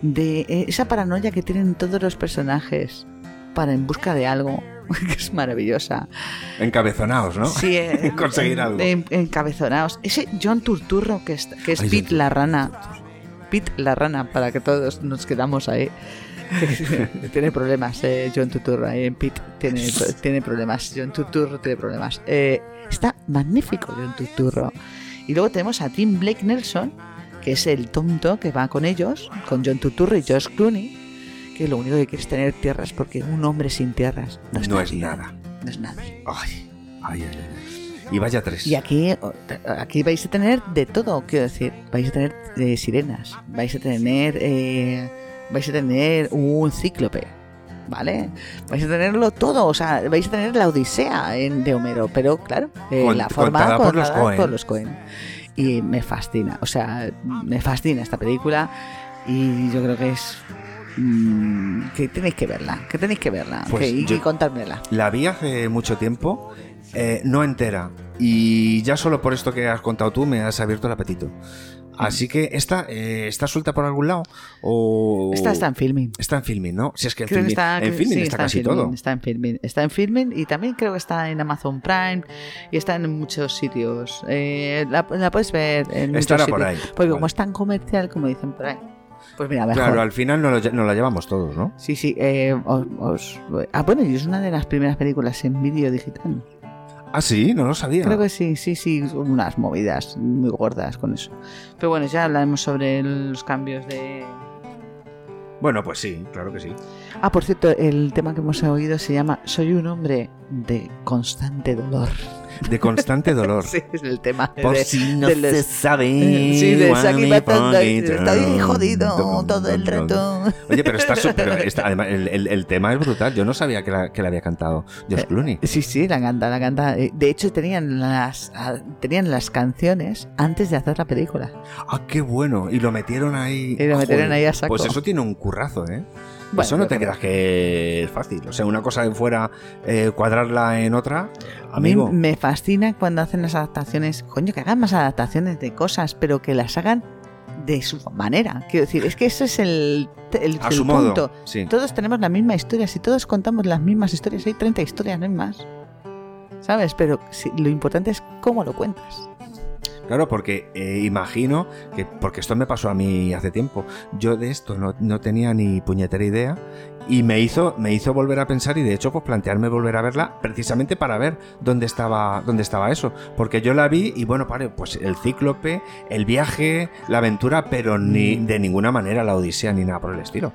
Speaker 5: de eh, esa paranoia que tienen todos los personajes para en busca de algo, que es maravillosa.
Speaker 1: Encabezonaos, ¿no?
Speaker 5: Sí, eh,
Speaker 1: Conseguir
Speaker 5: en-
Speaker 1: algo.
Speaker 5: en- encabezonados. Ese John Turturro que es, que es
Speaker 1: Ay,
Speaker 5: Pete
Speaker 1: John
Speaker 5: la rana. Pete la rana, para que todos nos quedamos ahí. tiene problemas eh, John Turturro. ahí en Pete tiene, tiene problemas. John Turturro tiene problemas. Eh, está magnífico John Turturro. Y luego tenemos a Tim Blake Nelson, que es el tonto que va con ellos, con John Turturro y Josh Clooney, que lo único que quiere es tener tierras, porque un hombre sin tierras no es,
Speaker 1: No es
Speaker 5: nadie,
Speaker 1: nada.
Speaker 5: No es nadie.
Speaker 1: Ay, ay, ay, ay. Y vaya tres.
Speaker 5: Y aquí, o- aquí vais a tener de todo, quiero decir. Vais a tener eh, sirenas, vais a tener, eh, vais a tener un cíclope, ¿vale? Vais a tenerlo todo, o sea, vais a tener la Odisea en- de Homero, pero claro, eh,
Speaker 1: Con-
Speaker 5: la forma
Speaker 1: contada por los
Speaker 5: contada
Speaker 1: Coen.
Speaker 5: por los Cohen. Y me fascina, o sea, me fascina esta película y yo creo que es mm, que tenéis que verla, que tenéis que verla
Speaker 1: Pues
Speaker 5: que- y,
Speaker 1: yo-
Speaker 5: y contármela.
Speaker 1: La vi hace mucho tiempo, eh, no entera. Y ya solo por esto que has contado tú me has abierto el apetito. Así que esta eh, está suelta por algún lado o
Speaker 5: Esta está en filming.
Speaker 1: Está en filming, ¿no? Si es que en
Speaker 5: Creo que
Speaker 1: filming,
Speaker 5: está,
Speaker 1: en Filmin
Speaker 5: sí,
Speaker 1: está,
Speaker 5: en
Speaker 1: casi
Speaker 5: Filmin,
Speaker 1: todo.
Speaker 5: Está en Filmin. Está en Filmin y también creo que está en Amazon Prime y está en muchos sitios. Eh, la, la puedes ver en
Speaker 1: Estará
Speaker 5: muchos
Speaker 1: por
Speaker 5: sitios.
Speaker 1: ahí.
Speaker 5: Porque
Speaker 1: Vale.
Speaker 5: como es tan comercial, como dicen por ahí, pues mira, mejor.
Speaker 1: Claro, al final nos, lo lle- nos la llevamos todos, ¿no?
Speaker 5: Sí, sí. eh, os- os- ah, bueno, y es una de las primeras películas en vídeo digital.
Speaker 1: Ah, sí, no lo sabía.
Speaker 5: Creo que sí, sí, sí. Unas movidas muy gordas con eso. Pero bueno, ya hablaremos sobre los cambios de...
Speaker 1: Bueno, pues sí, claro que sí.
Speaker 5: Ah, por cierto, el tema que hemos oído se llama Soy un hombre de constante dolor.
Speaker 1: De constante dolor.
Speaker 5: Sí, es el tema.
Speaker 1: Por
Speaker 5: de-
Speaker 1: si no
Speaker 5: de los-
Speaker 1: se sabe.
Speaker 5: Sí, de Saki
Speaker 1: guami,
Speaker 5: Batanda, y
Speaker 1: poquito.
Speaker 5: Está bien jodido todo el reto.
Speaker 1: Oye, pero está su- pero está- además, el, el- el tema es brutal. Yo no sabía que la, que la había cantado Josh
Speaker 5: Eh,
Speaker 1: Clooney.
Speaker 5: Sí, sí, la canta, la canta. Eh, De hecho, tenían las, ah, tenían las canciones antes de hacer la película.
Speaker 1: Ah, qué bueno. Y lo metieron ahí.
Speaker 5: Y lo metieron
Speaker 1: Joder,
Speaker 5: ahí a saco.
Speaker 1: Pues eso tiene un currazo, ¿eh?
Speaker 5: Bueno,
Speaker 1: eso no
Speaker 5: yo
Speaker 1: te
Speaker 5: creo.
Speaker 1: creas que es fácil. O sea, una cosa de fuera, eh, cuadrarla en otra.
Speaker 5: A mí
Speaker 1: Amigo.
Speaker 5: me fascina cuando hacen las adaptaciones. Coño, que hagan más adaptaciones de cosas, pero que las hagan de su manera. Quiero decir, es que ese es el, el,
Speaker 1: A
Speaker 5: el
Speaker 1: su modo.
Speaker 5: punto.
Speaker 1: Sí.
Speaker 5: Todos tenemos la misma historia, si todos contamos las mismas historias, hay 30 historias, no hay más. ¿Sabes? Pero si- lo importante es cómo lo cuentas.
Speaker 1: Claro, porque eh, imagino que, porque esto me pasó a mí hace tiempo, yo de esto no, no tenía ni puñetera idea y me hizo, me hizo volver a pensar y de hecho pues plantearme volver a verla precisamente para ver dónde estaba, dónde estaba eso. Porque yo la vi y bueno, pare, pues el cíclope, el viaje, la aventura, pero ni
Speaker 5: Mm.
Speaker 1: de ninguna manera la odisea ni nada por el estilo.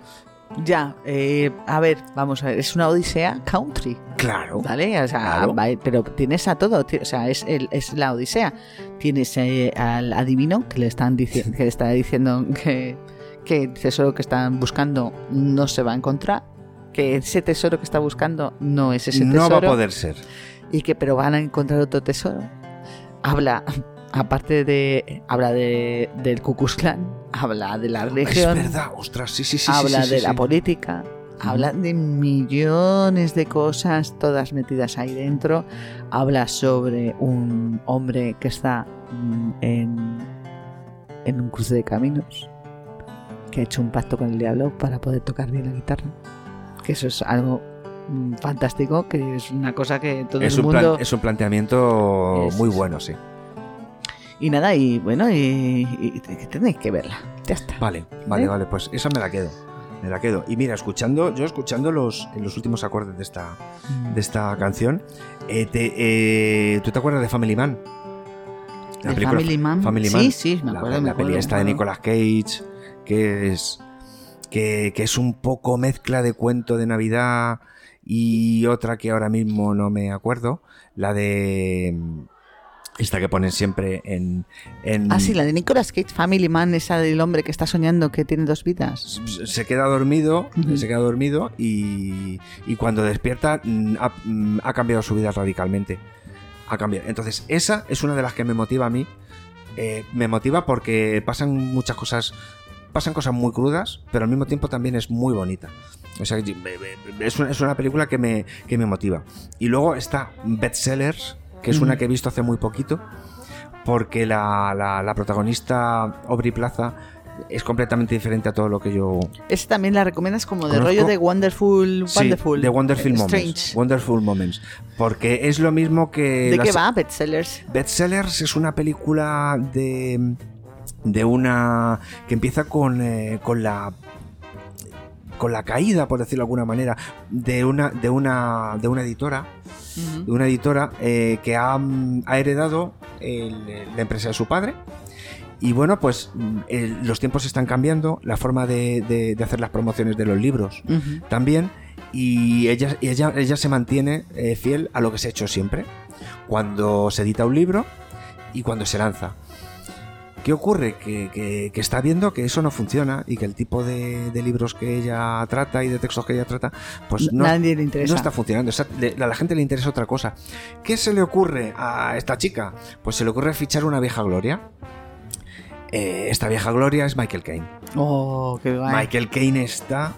Speaker 5: Ya, eh, a ver, vamos a ver, es una odisea country,
Speaker 1: Claro.
Speaker 5: ¿vale? O sea,
Speaker 1: Claro.
Speaker 5: va- pero tienes a todo, ti- o sea, es, el- es la odisea. Tienes eh, al adivino que le están diciendo, que le está diciendo que, que el tesoro que están buscando no se va a encontrar, que ese tesoro que está buscando no es ese tesoro.
Speaker 1: No va a poder ser.
Speaker 5: y que pero van a encontrar otro tesoro. Habla, aparte de, habla de, del Ku Klux Klan, habla de la religión,
Speaker 1: Es verdad, ostras, sí, sí, sí. sí,
Speaker 5: habla
Speaker 1: sí, sí,
Speaker 5: de la
Speaker 1: sí.
Speaker 5: política, habla de millones de cosas todas metidas ahí dentro, habla sobre un hombre que está mm, en, en un cruce de caminos, que ha hecho un pacto con el diablo para poder tocar bien la guitarra, que eso es algo mm, fantástico, que es una cosa que todo
Speaker 1: Es
Speaker 5: el
Speaker 1: un,
Speaker 5: mundo...
Speaker 1: plan- es un planteamiento
Speaker 5: Eso
Speaker 1: muy
Speaker 5: es.
Speaker 1: bueno, sí.
Speaker 5: Y nada, y bueno, y, y- y que tenéis que verla. Ya está.
Speaker 1: Vale, vale,
Speaker 5: ¿Eh?
Speaker 1: vale, pues esa me la quedo. Me la quedo. Y mira, escuchando, yo escuchando los, los últimos acordes de esta, de esta canción, eh, te- eh, ¿tú te acuerdas de Family Man? La
Speaker 5: De
Speaker 1: película
Speaker 5: Family Man.
Speaker 1: Family
Speaker 5: Sí,
Speaker 1: Man.
Speaker 5: sí, me acuerdo,
Speaker 1: La,
Speaker 5: me
Speaker 1: la peli
Speaker 5: acuerdo,
Speaker 1: esta
Speaker 5: me
Speaker 1: de
Speaker 5: acuerdo.
Speaker 1: Nicolas Cage, que es, que, que es un poco mezcla de cuento de Navidad y otra que ahora mismo no me acuerdo, la de... mm, Esta que ponen siempre en... en
Speaker 5: Ah, sí, la de Nicolas Cage, Family Man, esa del hombre que está soñando que tiene dos vidas.
Speaker 1: se queda dormido,
Speaker 5: Ujú.
Speaker 1: se queda dormido y, y cuando despierta mm, ha, mm, ha cambiado su vida radicalmente. Ha cambiado. Entonces, esa es una de las que me motiva a mí. Eh, me motiva porque pasan muchas cosas. Pasan cosas muy crudas, pero al mismo tiempo también es muy bonita. O sea, que me- me- es una, es una película que me, que me motiva. Y luego está Bestsellers, que es una que he visto hace muy poquito, porque la, la- la protagonista Aubrey Plaza es completamente diferente a todo lo que yo
Speaker 5: Esa también la recomiendas como de
Speaker 1: Conozco-
Speaker 5: rollo de Wonderful,
Speaker 1: Sí,
Speaker 5: Wonderful.
Speaker 1: de Wonderful
Speaker 5: eh,
Speaker 1: Moments.
Speaker 5: Strange.
Speaker 1: Wonderful Moments. Porque es lo mismo que.
Speaker 5: ¿De
Speaker 1: las-
Speaker 5: qué va, Bestsellers?
Speaker 1: Bestsellers es una película de. de una. que empieza con. eh, con la. con la caída, por decirlo de alguna manera, de una. de una. de una editora. De una editora eh, que ha, mm, ha heredado el- la empresa de su padre. Y bueno, pues mm, el- los tiempos están cambiando, la forma de- de- de hacer las promociones de los libros
Speaker 5: Ujú.
Speaker 1: también y ella, y ella, ella se mantiene eh, fiel a lo que se ha hecho siempre cuando se edita un libro y cuando se lanza. ¿Qué ocurre? Que, que- que está viendo que eso no funciona y que el tipo de, de libros que ella trata y de textos que ella trata, pues no,
Speaker 5: Nadie le interesa.
Speaker 1: no está funcionando. O sea, le- a la gente le interesa otra cosa. ¿Qué se le ocurre a esta chica? Pues se le ocurre fichar una vieja gloria. Eh, esta vieja gloria es Michael Caine.
Speaker 5: Oh, qué guay.
Speaker 1: Michael Caine está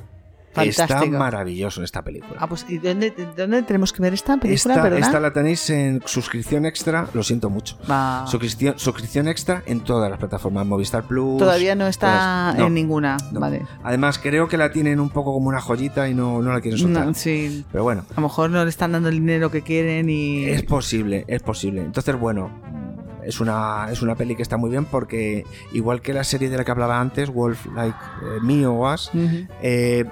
Speaker 1: Está
Speaker 5: Fantástico.
Speaker 1: maravilloso en esta película.
Speaker 5: Ah, pues ¿y dónde, dónde tenemos que ver esta película?
Speaker 1: Esta,
Speaker 5: Perdona.
Speaker 1: esta la tenéis en suscripción extra, lo siento mucho.
Speaker 5: Va.
Speaker 1: Suscripción, suscripción extra en todas las plataformas, Movistar Plus.
Speaker 5: Todavía no está
Speaker 1: todas. No,
Speaker 5: en ninguna.
Speaker 1: no.
Speaker 5: Vale.
Speaker 1: Además, creo que la tienen un poco como una joyita y no, no la quieren soltar.
Speaker 5: No, sí.
Speaker 1: Pero bueno,
Speaker 5: A lo mejor no le están dando el dinero que quieren y.
Speaker 1: es posible, es posible. Entonces, bueno, es una, es una peli que está muy bien porque, igual que la serie de la que hablaba antes, Wolf Like eh, Me o Us,
Speaker 5: Ujú.
Speaker 1: eh,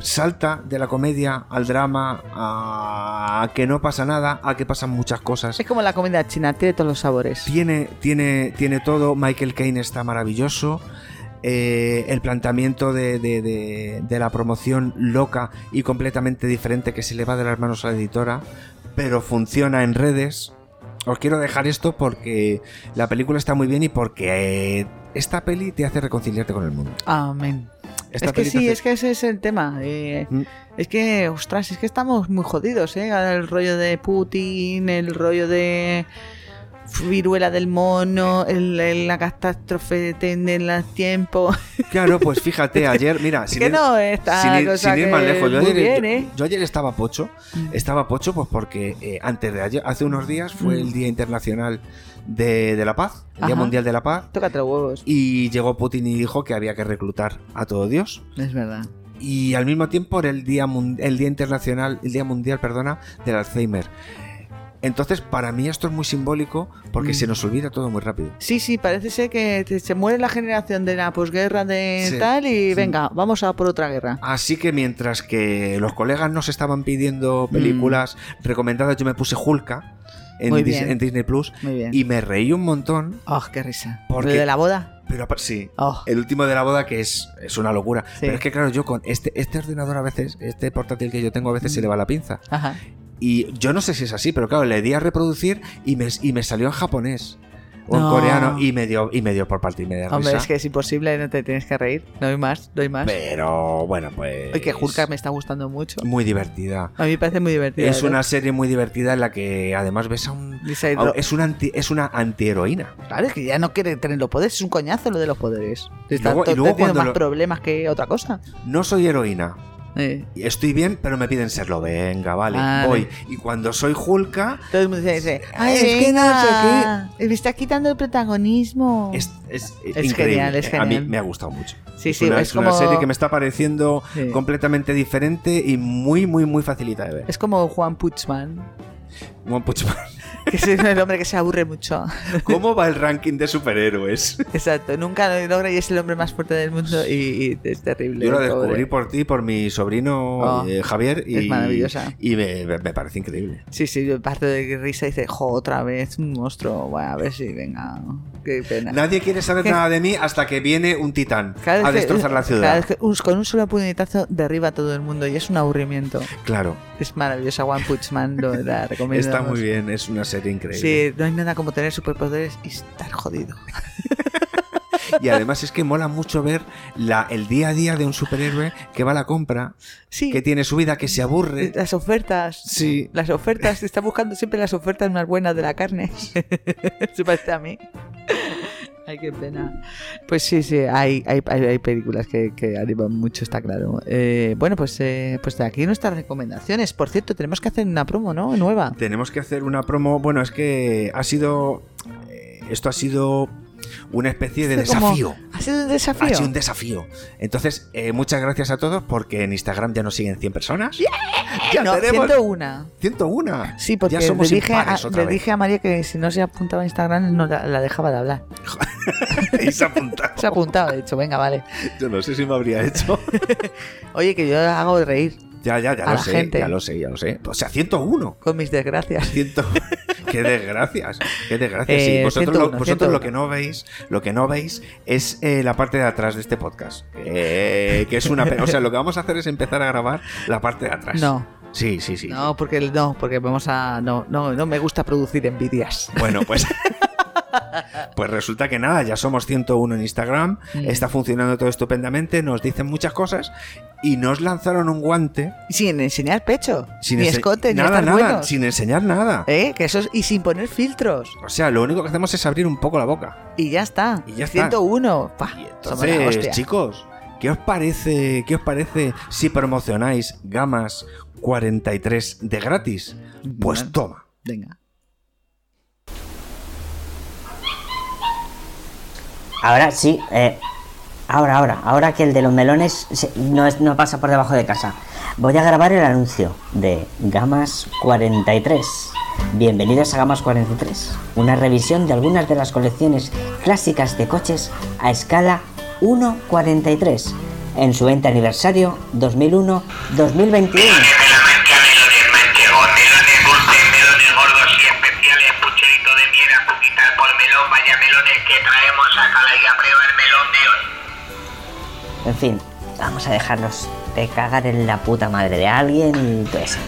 Speaker 1: salta de la comedia al drama, a que no pasa nada, a que pasan muchas cosas.
Speaker 5: Es como la comida china, tiene todos los sabores.
Speaker 1: Tiene, tiene, tiene todo. Michael Caine está maravilloso. Eh, el planteamiento de, de- de- de la promoción loca y completamente diferente que se le va de las manos a la editora, pero funciona en redes. Os quiero dejar esto porque la película está muy bien y porque eh, esta peli te hace reconciliarte con el mundo.
Speaker 5: Amén.
Speaker 1: Esta
Speaker 5: es que
Speaker 1: peli te
Speaker 5: sí,
Speaker 1: hace-
Speaker 5: es que ese es el tema. eh,
Speaker 1: Mm.
Speaker 5: Es que, ostras, es que estamos muy jodidos, ¿eh? Ahora El rollo de Putin, el rollo de viruela del mono, el- el- la catástrofe de las tiempo.
Speaker 1: Claro, pues fíjate, ayer, mira, sin
Speaker 5: que
Speaker 1: ir,
Speaker 5: no, esta
Speaker 1: sin ir-
Speaker 5: cosa
Speaker 1: sin ir
Speaker 5: que
Speaker 1: más lejos, yo
Speaker 5: muy
Speaker 1: ayer,
Speaker 5: bien,
Speaker 1: yo-
Speaker 5: ¿eh? Mm.
Speaker 1: yo ayer estaba pocho, estaba pocho pues porque eh, antes de ayer, hace unos días fue el Día Internacional de, de la Paz, el Día
Speaker 5: Mm. Ajá.
Speaker 1: Mundial de la Paz,
Speaker 5: Tócate los huevos.
Speaker 1: y llegó Putin y dijo que había que reclutar a todo Dios.
Speaker 5: Es verdad.
Speaker 1: Y al mismo tiempo era el Día, Mun- el día Internacional, el Día Mundial, perdona, del Alzheimer. Entonces, para mí esto es muy simbólico porque
Speaker 5: Mm.
Speaker 1: se nos olvida todo muy rápido.
Speaker 5: Sí, sí, parece ser que te- se muere la generación de la posguerra de
Speaker 1: Sí.
Speaker 5: tal y
Speaker 1: Sí.
Speaker 5: venga, vamos a por otra guerra.
Speaker 1: Así que mientras que los colegas nos estaban pidiendo películas recomendadas, yo me puse Hulka en,
Speaker 5: Mm. Muy
Speaker 1: Dis-
Speaker 5: bien.
Speaker 1: en Disney Plus
Speaker 5: Muy bien.
Speaker 1: y me reí un montón.
Speaker 5: Oh, qué risa.
Speaker 1: ¿Por
Speaker 5: ¿Lo
Speaker 1: qué?
Speaker 5: de la boda?
Speaker 1: Pero apa- sí,
Speaker 5: Oh.
Speaker 1: el último de la boda que es, es una locura.
Speaker 5: Sí.
Speaker 1: Pero es que claro, yo con este, este ordenador a veces, este portátil que yo tengo a veces
Speaker 5: Mm.
Speaker 1: se le va la pinza.
Speaker 5: Ajá.
Speaker 1: Y yo no sé si es así, pero claro, le di a reproducir y me, y me salió en japonés o en
Speaker 5: No.
Speaker 1: coreano y me dio, y me dio por parte y media.
Speaker 5: Hombre,
Speaker 1: risa.
Speaker 5: es que es imposible, no te tienes que reír. No hay más, no hay más.
Speaker 1: Pero bueno, pues...
Speaker 5: Oye, que Julka me está gustando mucho.
Speaker 1: Muy divertida.
Speaker 5: A mí me parece muy divertido.
Speaker 1: Es una serie muy divertida en la que además ves a un.
Speaker 5: Lisa y
Speaker 1: a-
Speaker 5: Dro-
Speaker 1: es, una anti, es una antiheroína.
Speaker 5: Claro, es que ya no quiere tener los poderes, es un coñazo lo de los poderes. Está
Speaker 1: luego- y
Speaker 5: to-
Speaker 1: luego
Speaker 5: teniendo
Speaker 1: cuando
Speaker 5: más
Speaker 1: lo-
Speaker 5: problemas que otra cosa.
Speaker 1: No soy heroína.
Speaker 5: Eh,
Speaker 1: Estoy bien, pero me piden serlo. Venga, vale,
Speaker 5: Vale.
Speaker 1: voy. Y cuando soy Julka.
Speaker 5: Todo el mundo dice, ay,
Speaker 1: Es que no
Speaker 5: venga, Eh, me está quitando el protagonismo.
Speaker 1: Es, es,
Speaker 5: Es
Speaker 1: increíble.
Speaker 5: genial, es
Speaker 1: A mí
Speaker 5: genial.
Speaker 1: me ha gustado mucho.
Speaker 5: Sí,
Speaker 1: es
Speaker 5: sí,
Speaker 1: una,
Speaker 5: es
Speaker 1: es una
Speaker 5: como-
Speaker 1: serie que me está pareciendo
Speaker 5: Sí.
Speaker 1: completamente diferente y muy, muy, muy facilita de ver.
Speaker 5: Es como Juan Puchman,
Speaker 1: One Punch Man.
Speaker 5: que es el hombre que se aburre mucho.
Speaker 1: ¿Cómo va el ranking de superhéroes?
Speaker 5: Exacto, nunca lo logra y es el hombre más fuerte del mundo y, y es terrible.
Speaker 1: Yo lo
Speaker 5: el pobre.
Speaker 1: descubrí por ti, por mi sobrino
Speaker 5: Oh,
Speaker 1: eh, Javier. Y,
Speaker 5: es maravillosa.
Speaker 1: Y me- me- me parece increíble.
Speaker 5: Sí, sí, yo parto de risa y dice, jo, otra vez, un monstruo. Bueno, a ver si, venga, qué pena.
Speaker 1: Nadie quiere saber
Speaker 5: ¿Qué?
Speaker 1: nada de mí hasta que viene un titán
Speaker 5: Cada
Speaker 1: a
Speaker 5: vez que-
Speaker 1: destrozar la
Speaker 5: cada
Speaker 1: ciudad.
Speaker 5: vez que un- con un solo puñetazo derriba a todo el mundo y es un aburrimiento.
Speaker 1: Claro,
Speaker 5: Es maravillosa One Punch Man, lo, la recomiendo.
Speaker 1: está
Speaker 5: vamos.
Speaker 1: muy bien, es una serie increíble.
Speaker 5: Sí, no hay nada como tener superpoderes y estar jodido.
Speaker 1: Y además es que mola mucho ver la, el día a día de un superhéroe que va a la compra,
Speaker 5: Sí,
Speaker 1: que tiene su vida, que se aburre.
Speaker 5: las ofertas.
Speaker 1: Sí.
Speaker 5: Las ofertas, está buscando siempre las ofertas más buenas de la carne. Se parece a mí. Ay, qué pena. Pues sí, sí, hay, hay, hay- hay películas que, que animan mucho, está claro. Eh, bueno, pues, eh, pues de aquí nuestras recomendaciones. Por cierto, tenemos que hacer una promo, ¿no? Nueva.
Speaker 1: Tenemos que hacer una promo. Bueno, es que ha sido. eh, esto ha sido una especie de
Speaker 5: Fue como-
Speaker 1: desafío.
Speaker 5: Ha sido un desafío.
Speaker 1: Ha sido un desafío. Entonces, eh, muchas gracias a todos porque en Instagram ya nos siguen 100 personas. Ya
Speaker 5: no,
Speaker 1: tenemos
Speaker 5: 101.
Speaker 1: 101.
Speaker 5: Sí, porque
Speaker 1: ya somos
Speaker 5: le, dije a,
Speaker 1: impares otra
Speaker 5: le
Speaker 1: vez.
Speaker 5: dije a María que si no se apuntaba a Instagram no la, la dejaba de hablar.
Speaker 1: y se ha apuntado.
Speaker 5: Se ha apuntado, de hecho, venga, vale.
Speaker 1: Yo no sé si me habría hecho.
Speaker 5: Oye, que yo hago reír
Speaker 1: Ya, ya, ya
Speaker 5: A
Speaker 1: lo
Speaker 5: la
Speaker 1: sé,
Speaker 5: gente.
Speaker 1: ya lo sé, ya lo sé. O sea, 101.
Speaker 5: con mis desgracias.
Speaker 1: 100... qué desgracias, qué desgracias.
Speaker 5: Eh,
Speaker 1: sí. Vosotros,
Speaker 5: 101,
Speaker 1: lo, vosotros
Speaker 5: 101.
Speaker 1: lo que no veis, lo que no veis es eh, la parte de atrás de este podcast, Eh, que es una, pena. o sea, lo que vamos a hacer es empezar a grabar la parte de atrás.
Speaker 5: No.
Speaker 1: Sí, sí, sí.
Speaker 5: No, porque no, porque vamos a no, no, no me gusta producir envidias.
Speaker 1: Bueno, pues. Pues resulta que nada, ya somos 101 en Instagram,
Speaker 5: Mm.
Speaker 1: está funcionando todo estupendamente, nos dicen muchas cosas y nos lanzaron un guante
Speaker 5: Sin enseñar pecho,
Speaker 1: sin
Speaker 5: ni
Speaker 1: ense-
Speaker 5: escote, ni
Speaker 1: nada,
Speaker 5: estar
Speaker 1: nada,
Speaker 5: buenos.
Speaker 1: sin enseñar nada.
Speaker 5: ¿Eh? Que eso es- y sin poner filtros.
Speaker 1: O sea, lo único que hacemos es abrir un poco la boca.
Speaker 5: Y ya está.
Speaker 1: Y ya está.
Speaker 5: 101. Pa,
Speaker 1: Y
Speaker 5: somos la
Speaker 1: entonces,
Speaker 5: hostia.
Speaker 1: chicos, ¿Qué os parece, qué os parece si promocionáis gamas 43 de gratis? Pues
Speaker 5: Bueno.
Speaker 1: toma.
Speaker 5: Venga.
Speaker 10: Ahora sí, eh, ahora, ahora, ahora que el de los melones se- no, es- no pasa por debajo de casa. Voy a grabar el anuncio de Gamas 43. Bienvenidos a Gamas 43, una revisión de algunas de las colecciones clásicas de coches a escala 1.43 en su 20 aniversario 2001-2021. En fin, vamos a dejarnos de cagar en la puta madre de alguien y todo eso.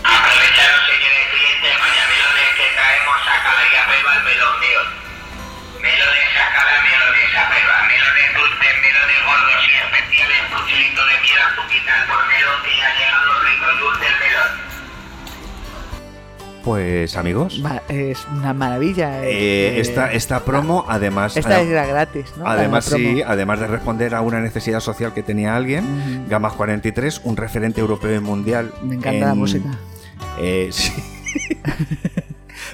Speaker 1: Pues amigos,
Speaker 5: Va- es una maravilla.
Speaker 1: eh,
Speaker 5: eh,
Speaker 1: esta, esta promo, además...
Speaker 5: esta
Speaker 1: adem-
Speaker 5: era gratis, ¿no? La
Speaker 1: Además,
Speaker 5: promo. Mm.
Speaker 1: sí, además de responder a una necesidad social que tenía alguien, Gamas 43, un referente europeo y mundial.
Speaker 5: Me encanta la música.
Speaker 1: eh, sí.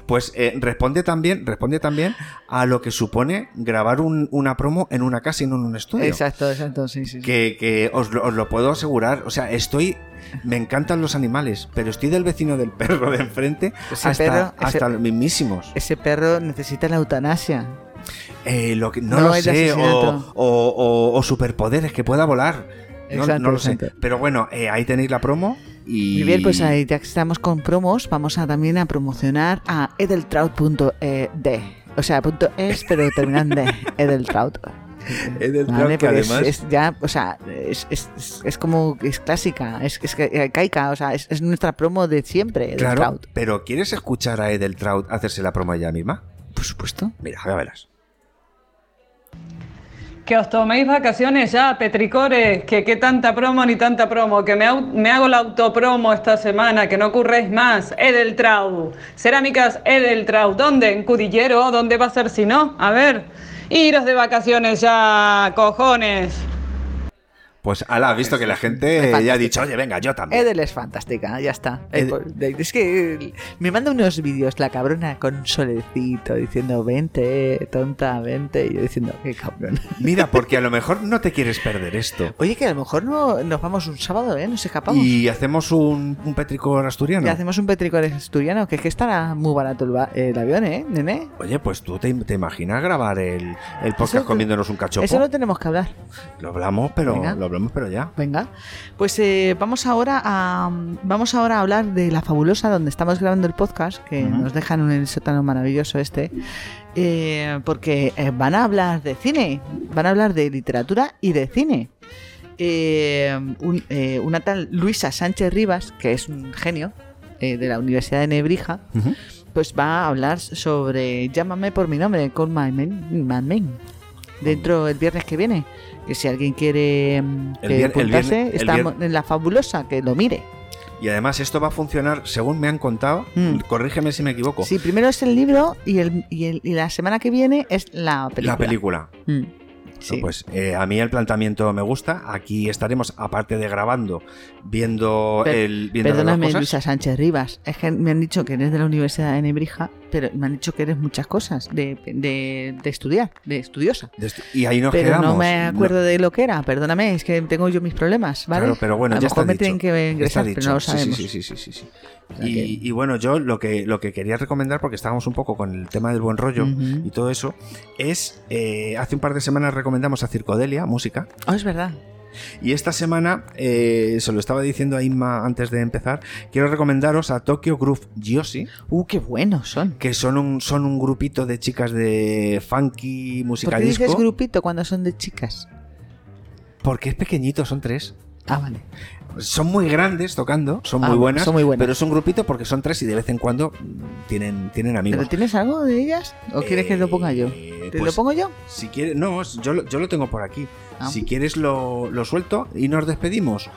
Speaker 1: pues eh, responde también, responde también a lo que supone grabar un- una promo en una casa y no en un estudio.
Speaker 5: Exacto, exacto, sí, sí. sí.
Speaker 1: Que, que os, lo, os lo puedo asegurar. O sea, estoy. Me encantan los animales, pero estoy del vecino del perro de enfrente
Speaker 5: Ese
Speaker 1: hasta,
Speaker 5: perro,
Speaker 1: hasta
Speaker 5: ese-
Speaker 1: los mismísimos.
Speaker 5: Ese perro necesita la eutanasia.
Speaker 1: Eh, lo que, no,
Speaker 5: No
Speaker 1: lo
Speaker 5: es de
Speaker 1: sé, o,
Speaker 5: asesinato.
Speaker 1: o- o- o superpoderes, que pueda volar. No,
Speaker 5: Exacto,
Speaker 1: no lo sé.
Speaker 5: exacto.
Speaker 1: Pero bueno, eh, ahí tenéis la promo. Y
Speaker 5: Muy bien, pues ahí ya que estamos con promos, vamos a también a promocionar a edeltraut.ed. O sea, punto es, pero terminando de edeltraut.
Speaker 1: Edeltraut, que
Speaker 5: pero pues es-
Speaker 1: además-
Speaker 5: es, ya, o sea, es, es- es- es como, es clásica, es, es que- arcaica, o sea, es, es nuestra promo de siempre,
Speaker 1: Claro,
Speaker 5: edeltraut.
Speaker 1: pero ¿quieres escuchar a Edeltraut hacerse la promo ella misma?
Speaker 5: Por supuesto.
Speaker 1: Mira, ya verás.
Speaker 11: Que os toméis vacaciones ya, Petricores, que qué tanta promo ni tanta promo, que me, au- me hago la autopromo esta semana, que no ocurréis más. Edeltrau, Cerámicas Edeltrau, ¿dónde? ¿En Cudillero? ¿Dónde va a ser si no? A ver, iros de vacaciones ya, cojones.
Speaker 1: Pues ala, ha visto que la gente eh, ya ha dicho, oye, venga, yo también.
Speaker 5: Edel es fantástica, ya está. Eh, por- de- Es que eh, me manda unos vídeos la cabrona con un solecito diciendo 20, tonta, 20, y yo diciendo, qué cabrón.
Speaker 1: Mira, porque a lo mejor no te quieres perder esto.
Speaker 5: Oye, que a lo mejor no nos vamos un sábado, ¿eh? Nos escapamos.
Speaker 1: Y hacemos un, un petricor asturiano.
Speaker 5: Y hacemos un petricor asturiano, que es que estará muy barato el, va- el avión, ¿eh, nene?
Speaker 1: Oye, pues tú te, te imaginas grabar el, el
Speaker 5: Eso
Speaker 1: podcast
Speaker 5: te-
Speaker 1: comiéndonos un cachopo.
Speaker 5: Eso lo tenemos que hablar.
Speaker 1: Lo hablamos, pero
Speaker 5: Venga.
Speaker 1: lo hablamos, pero ya.
Speaker 5: Venga. Pues eh, vamos ahora a vamos ahora a hablar de la fabulosa donde estamos grabando el podcast, que nos dejan en el sótano maravilloso este, eh, porque eh, van a hablar de cine, van a hablar de literatura y de cine. Eh, un- eh, una tal Luisa Sánchez Rivas, que es un genio eh, de la Universidad de Nebrija, pues va a hablar sobre Llámame por mi nombre, Call My Name- My Name, dentro el viernes que viene. Que si alguien quiere mm,
Speaker 1: El
Speaker 5: que
Speaker 1: vier- el
Speaker 5: apuntarse,
Speaker 1: viernes- el
Speaker 5: está
Speaker 1: vier-
Speaker 5: en la fabulosa, que lo mire.
Speaker 1: Y además esto va a funcionar, según me han contado,
Speaker 5: Mm.
Speaker 1: corrígeme si me equivoco,
Speaker 5: Sí, primero es el libro y, el, y, el- y la semana que viene es la película.
Speaker 1: la película.
Speaker 5: Mm, sí.
Speaker 1: No, Pues eh, a mí el planteamiento me gusta. Aquí estaremos, aparte de grabando, viendo
Speaker 5: Per-
Speaker 1: el... Viendo las
Speaker 5: Perdóname,
Speaker 1: cosas.
Speaker 5: Luisa Sánchez Rivas. Es que me han dicho que eres de la Universidad de Nebrija, pero me han dicho que eres muchas cosas de, de- de estudiar, de estudiosa.
Speaker 1: De esto- Y ahí nos
Speaker 5: pero
Speaker 1: quedamos.
Speaker 5: no me
Speaker 1: No-
Speaker 5: acuerdo de lo que era, perdóname, es que tengo yo mis problemas, ¿vale?
Speaker 1: Claro, pero bueno,
Speaker 5: a lo
Speaker 1: ya
Speaker 5: mejor
Speaker 1: está
Speaker 5: me
Speaker 1: dicho.
Speaker 5: tienen que
Speaker 1: Ya está
Speaker 5: ingresar, pero no lo
Speaker 1: dicho. Sí, sí,
Speaker 5: sabemos.
Speaker 1: sí, sí, sí, sí, sí.
Speaker 5: sea
Speaker 1: Y, y bueno, yo lo que, lo que quería recomendar, porque estábamos un poco con el tema del buen rollo
Speaker 5: Ujú.
Speaker 1: y todo eso, es, eh, hace un par de semanas recomendamos a Circodelia, música,
Speaker 5: Ah, es verdad.
Speaker 1: y esta semana, eh, se lo estaba diciendo a Inma antes de empezar, quiero recomendaros a Tokyo Groove Yoshi,
Speaker 5: Uh, qué buenos son.
Speaker 1: que son un, son un grupito de chicas de funky,
Speaker 5: ¿Por
Speaker 1: música
Speaker 5: qué dices
Speaker 1: disco,
Speaker 5: grupito cuando son de chicas?
Speaker 1: porque es pequeñito, son tres.
Speaker 5: Ah, vale.
Speaker 1: Son muy grandes tocando, son,
Speaker 5: Ah,
Speaker 1: muy
Speaker 5: bueno,
Speaker 1: buenas,
Speaker 5: son muy buenas.
Speaker 1: pero es un grupito porque son tres y de vez en cuando mm, tienen, tienen amigos.
Speaker 5: ¿Pero tienes algo de ellas? ¿O quieres que lo ponga yo?
Speaker 1: Eh,
Speaker 5: ¿Te lo
Speaker 1: pues,
Speaker 5: pongo yo?
Speaker 1: Si quieres, no, yo, lo- yo lo tengo por aquí.
Speaker 5: Ah.
Speaker 1: Si quieres lo, lo suelto y nos despedimos.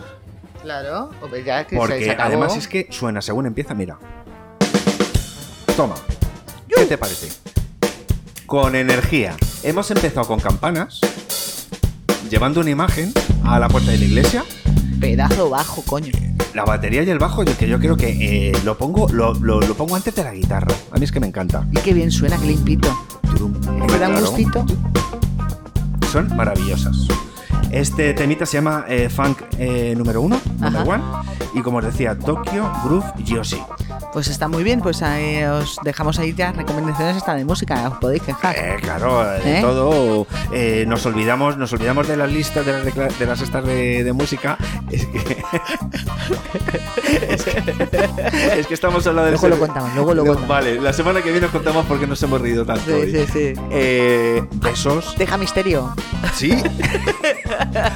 Speaker 5: Claro, hombre, ya que se- se,
Speaker 1: Porque
Speaker 5: acabó.
Speaker 1: además es que suena según empieza, mira. Toma. ¿Qué te parece? Con energía. Hemos empezado con campanas. llevando una imagen a la puerta de la iglesia.
Speaker 5: Pedazo bajo, coño.
Speaker 1: La batería y el bajo, yo, que yo creo que eh, lo, pongo, lo, lo- lo pongo antes de la guitarra. A mí es que me encanta.
Speaker 5: Y qué bien suena, qué limpito. Me da un
Speaker 1: Claro.
Speaker 5: gustito.
Speaker 1: Son maravillosas. Este temita se llama eh, Funk eh, número uno, number
Speaker 5: Ajá.
Speaker 1: one. Y como os decía, Tokyo Groove Yoshi.
Speaker 5: Pues está muy bien, pues ahí os dejamos ahí ya recomendaciones hasta de música, os podéis quejar.
Speaker 1: Eh, claro, de
Speaker 5: ¿Eh?
Speaker 1: todo. eh, nos olvidamos, nos olvidamos de las listas de las, recla- de las estas de, de música. Es que, es que- es que estamos hablando de
Speaker 5: Luego lo contamos, luego lo contamos.
Speaker 1: Vale, la semana que viene os contamos por qué nos hemos reído tanto.
Speaker 5: Sí,
Speaker 1: hoy.
Speaker 5: sí, sí.
Speaker 1: Eh, besos.
Speaker 5: Deja misterio.
Speaker 1: Sí.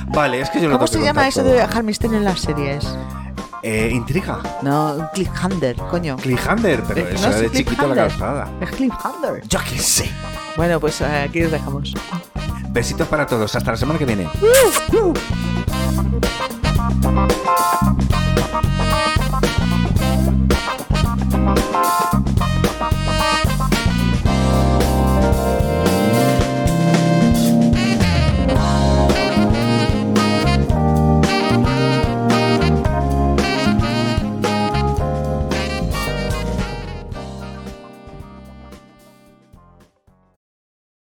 Speaker 1: vale, es que yo no tengo
Speaker 5: ¿Cómo se
Speaker 1: que
Speaker 5: llama
Speaker 1: contar
Speaker 5: eso
Speaker 1: todo.
Speaker 5: de dejar misterio en las series?
Speaker 1: Eh, intriga.
Speaker 5: No, un cliffhanger, coño.
Speaker 1: Cliffhanger, pero
Speaker 5: Eh,
Speaker 1: eso
Speaker 5: no
Speaker 1: era
Speaker 5: es
Speaker 1: de chiquito la
Speaker 5: cliffhanger.
Speaker 1: calzada.
Speaker 5: Es cliffhanger.
Speaker 1: Yo qué sé.
Speaker 5: Bueno, pues eh, aquí os dejamos.
Speaker 1: Besitos para todos. Hasta la semana que viene.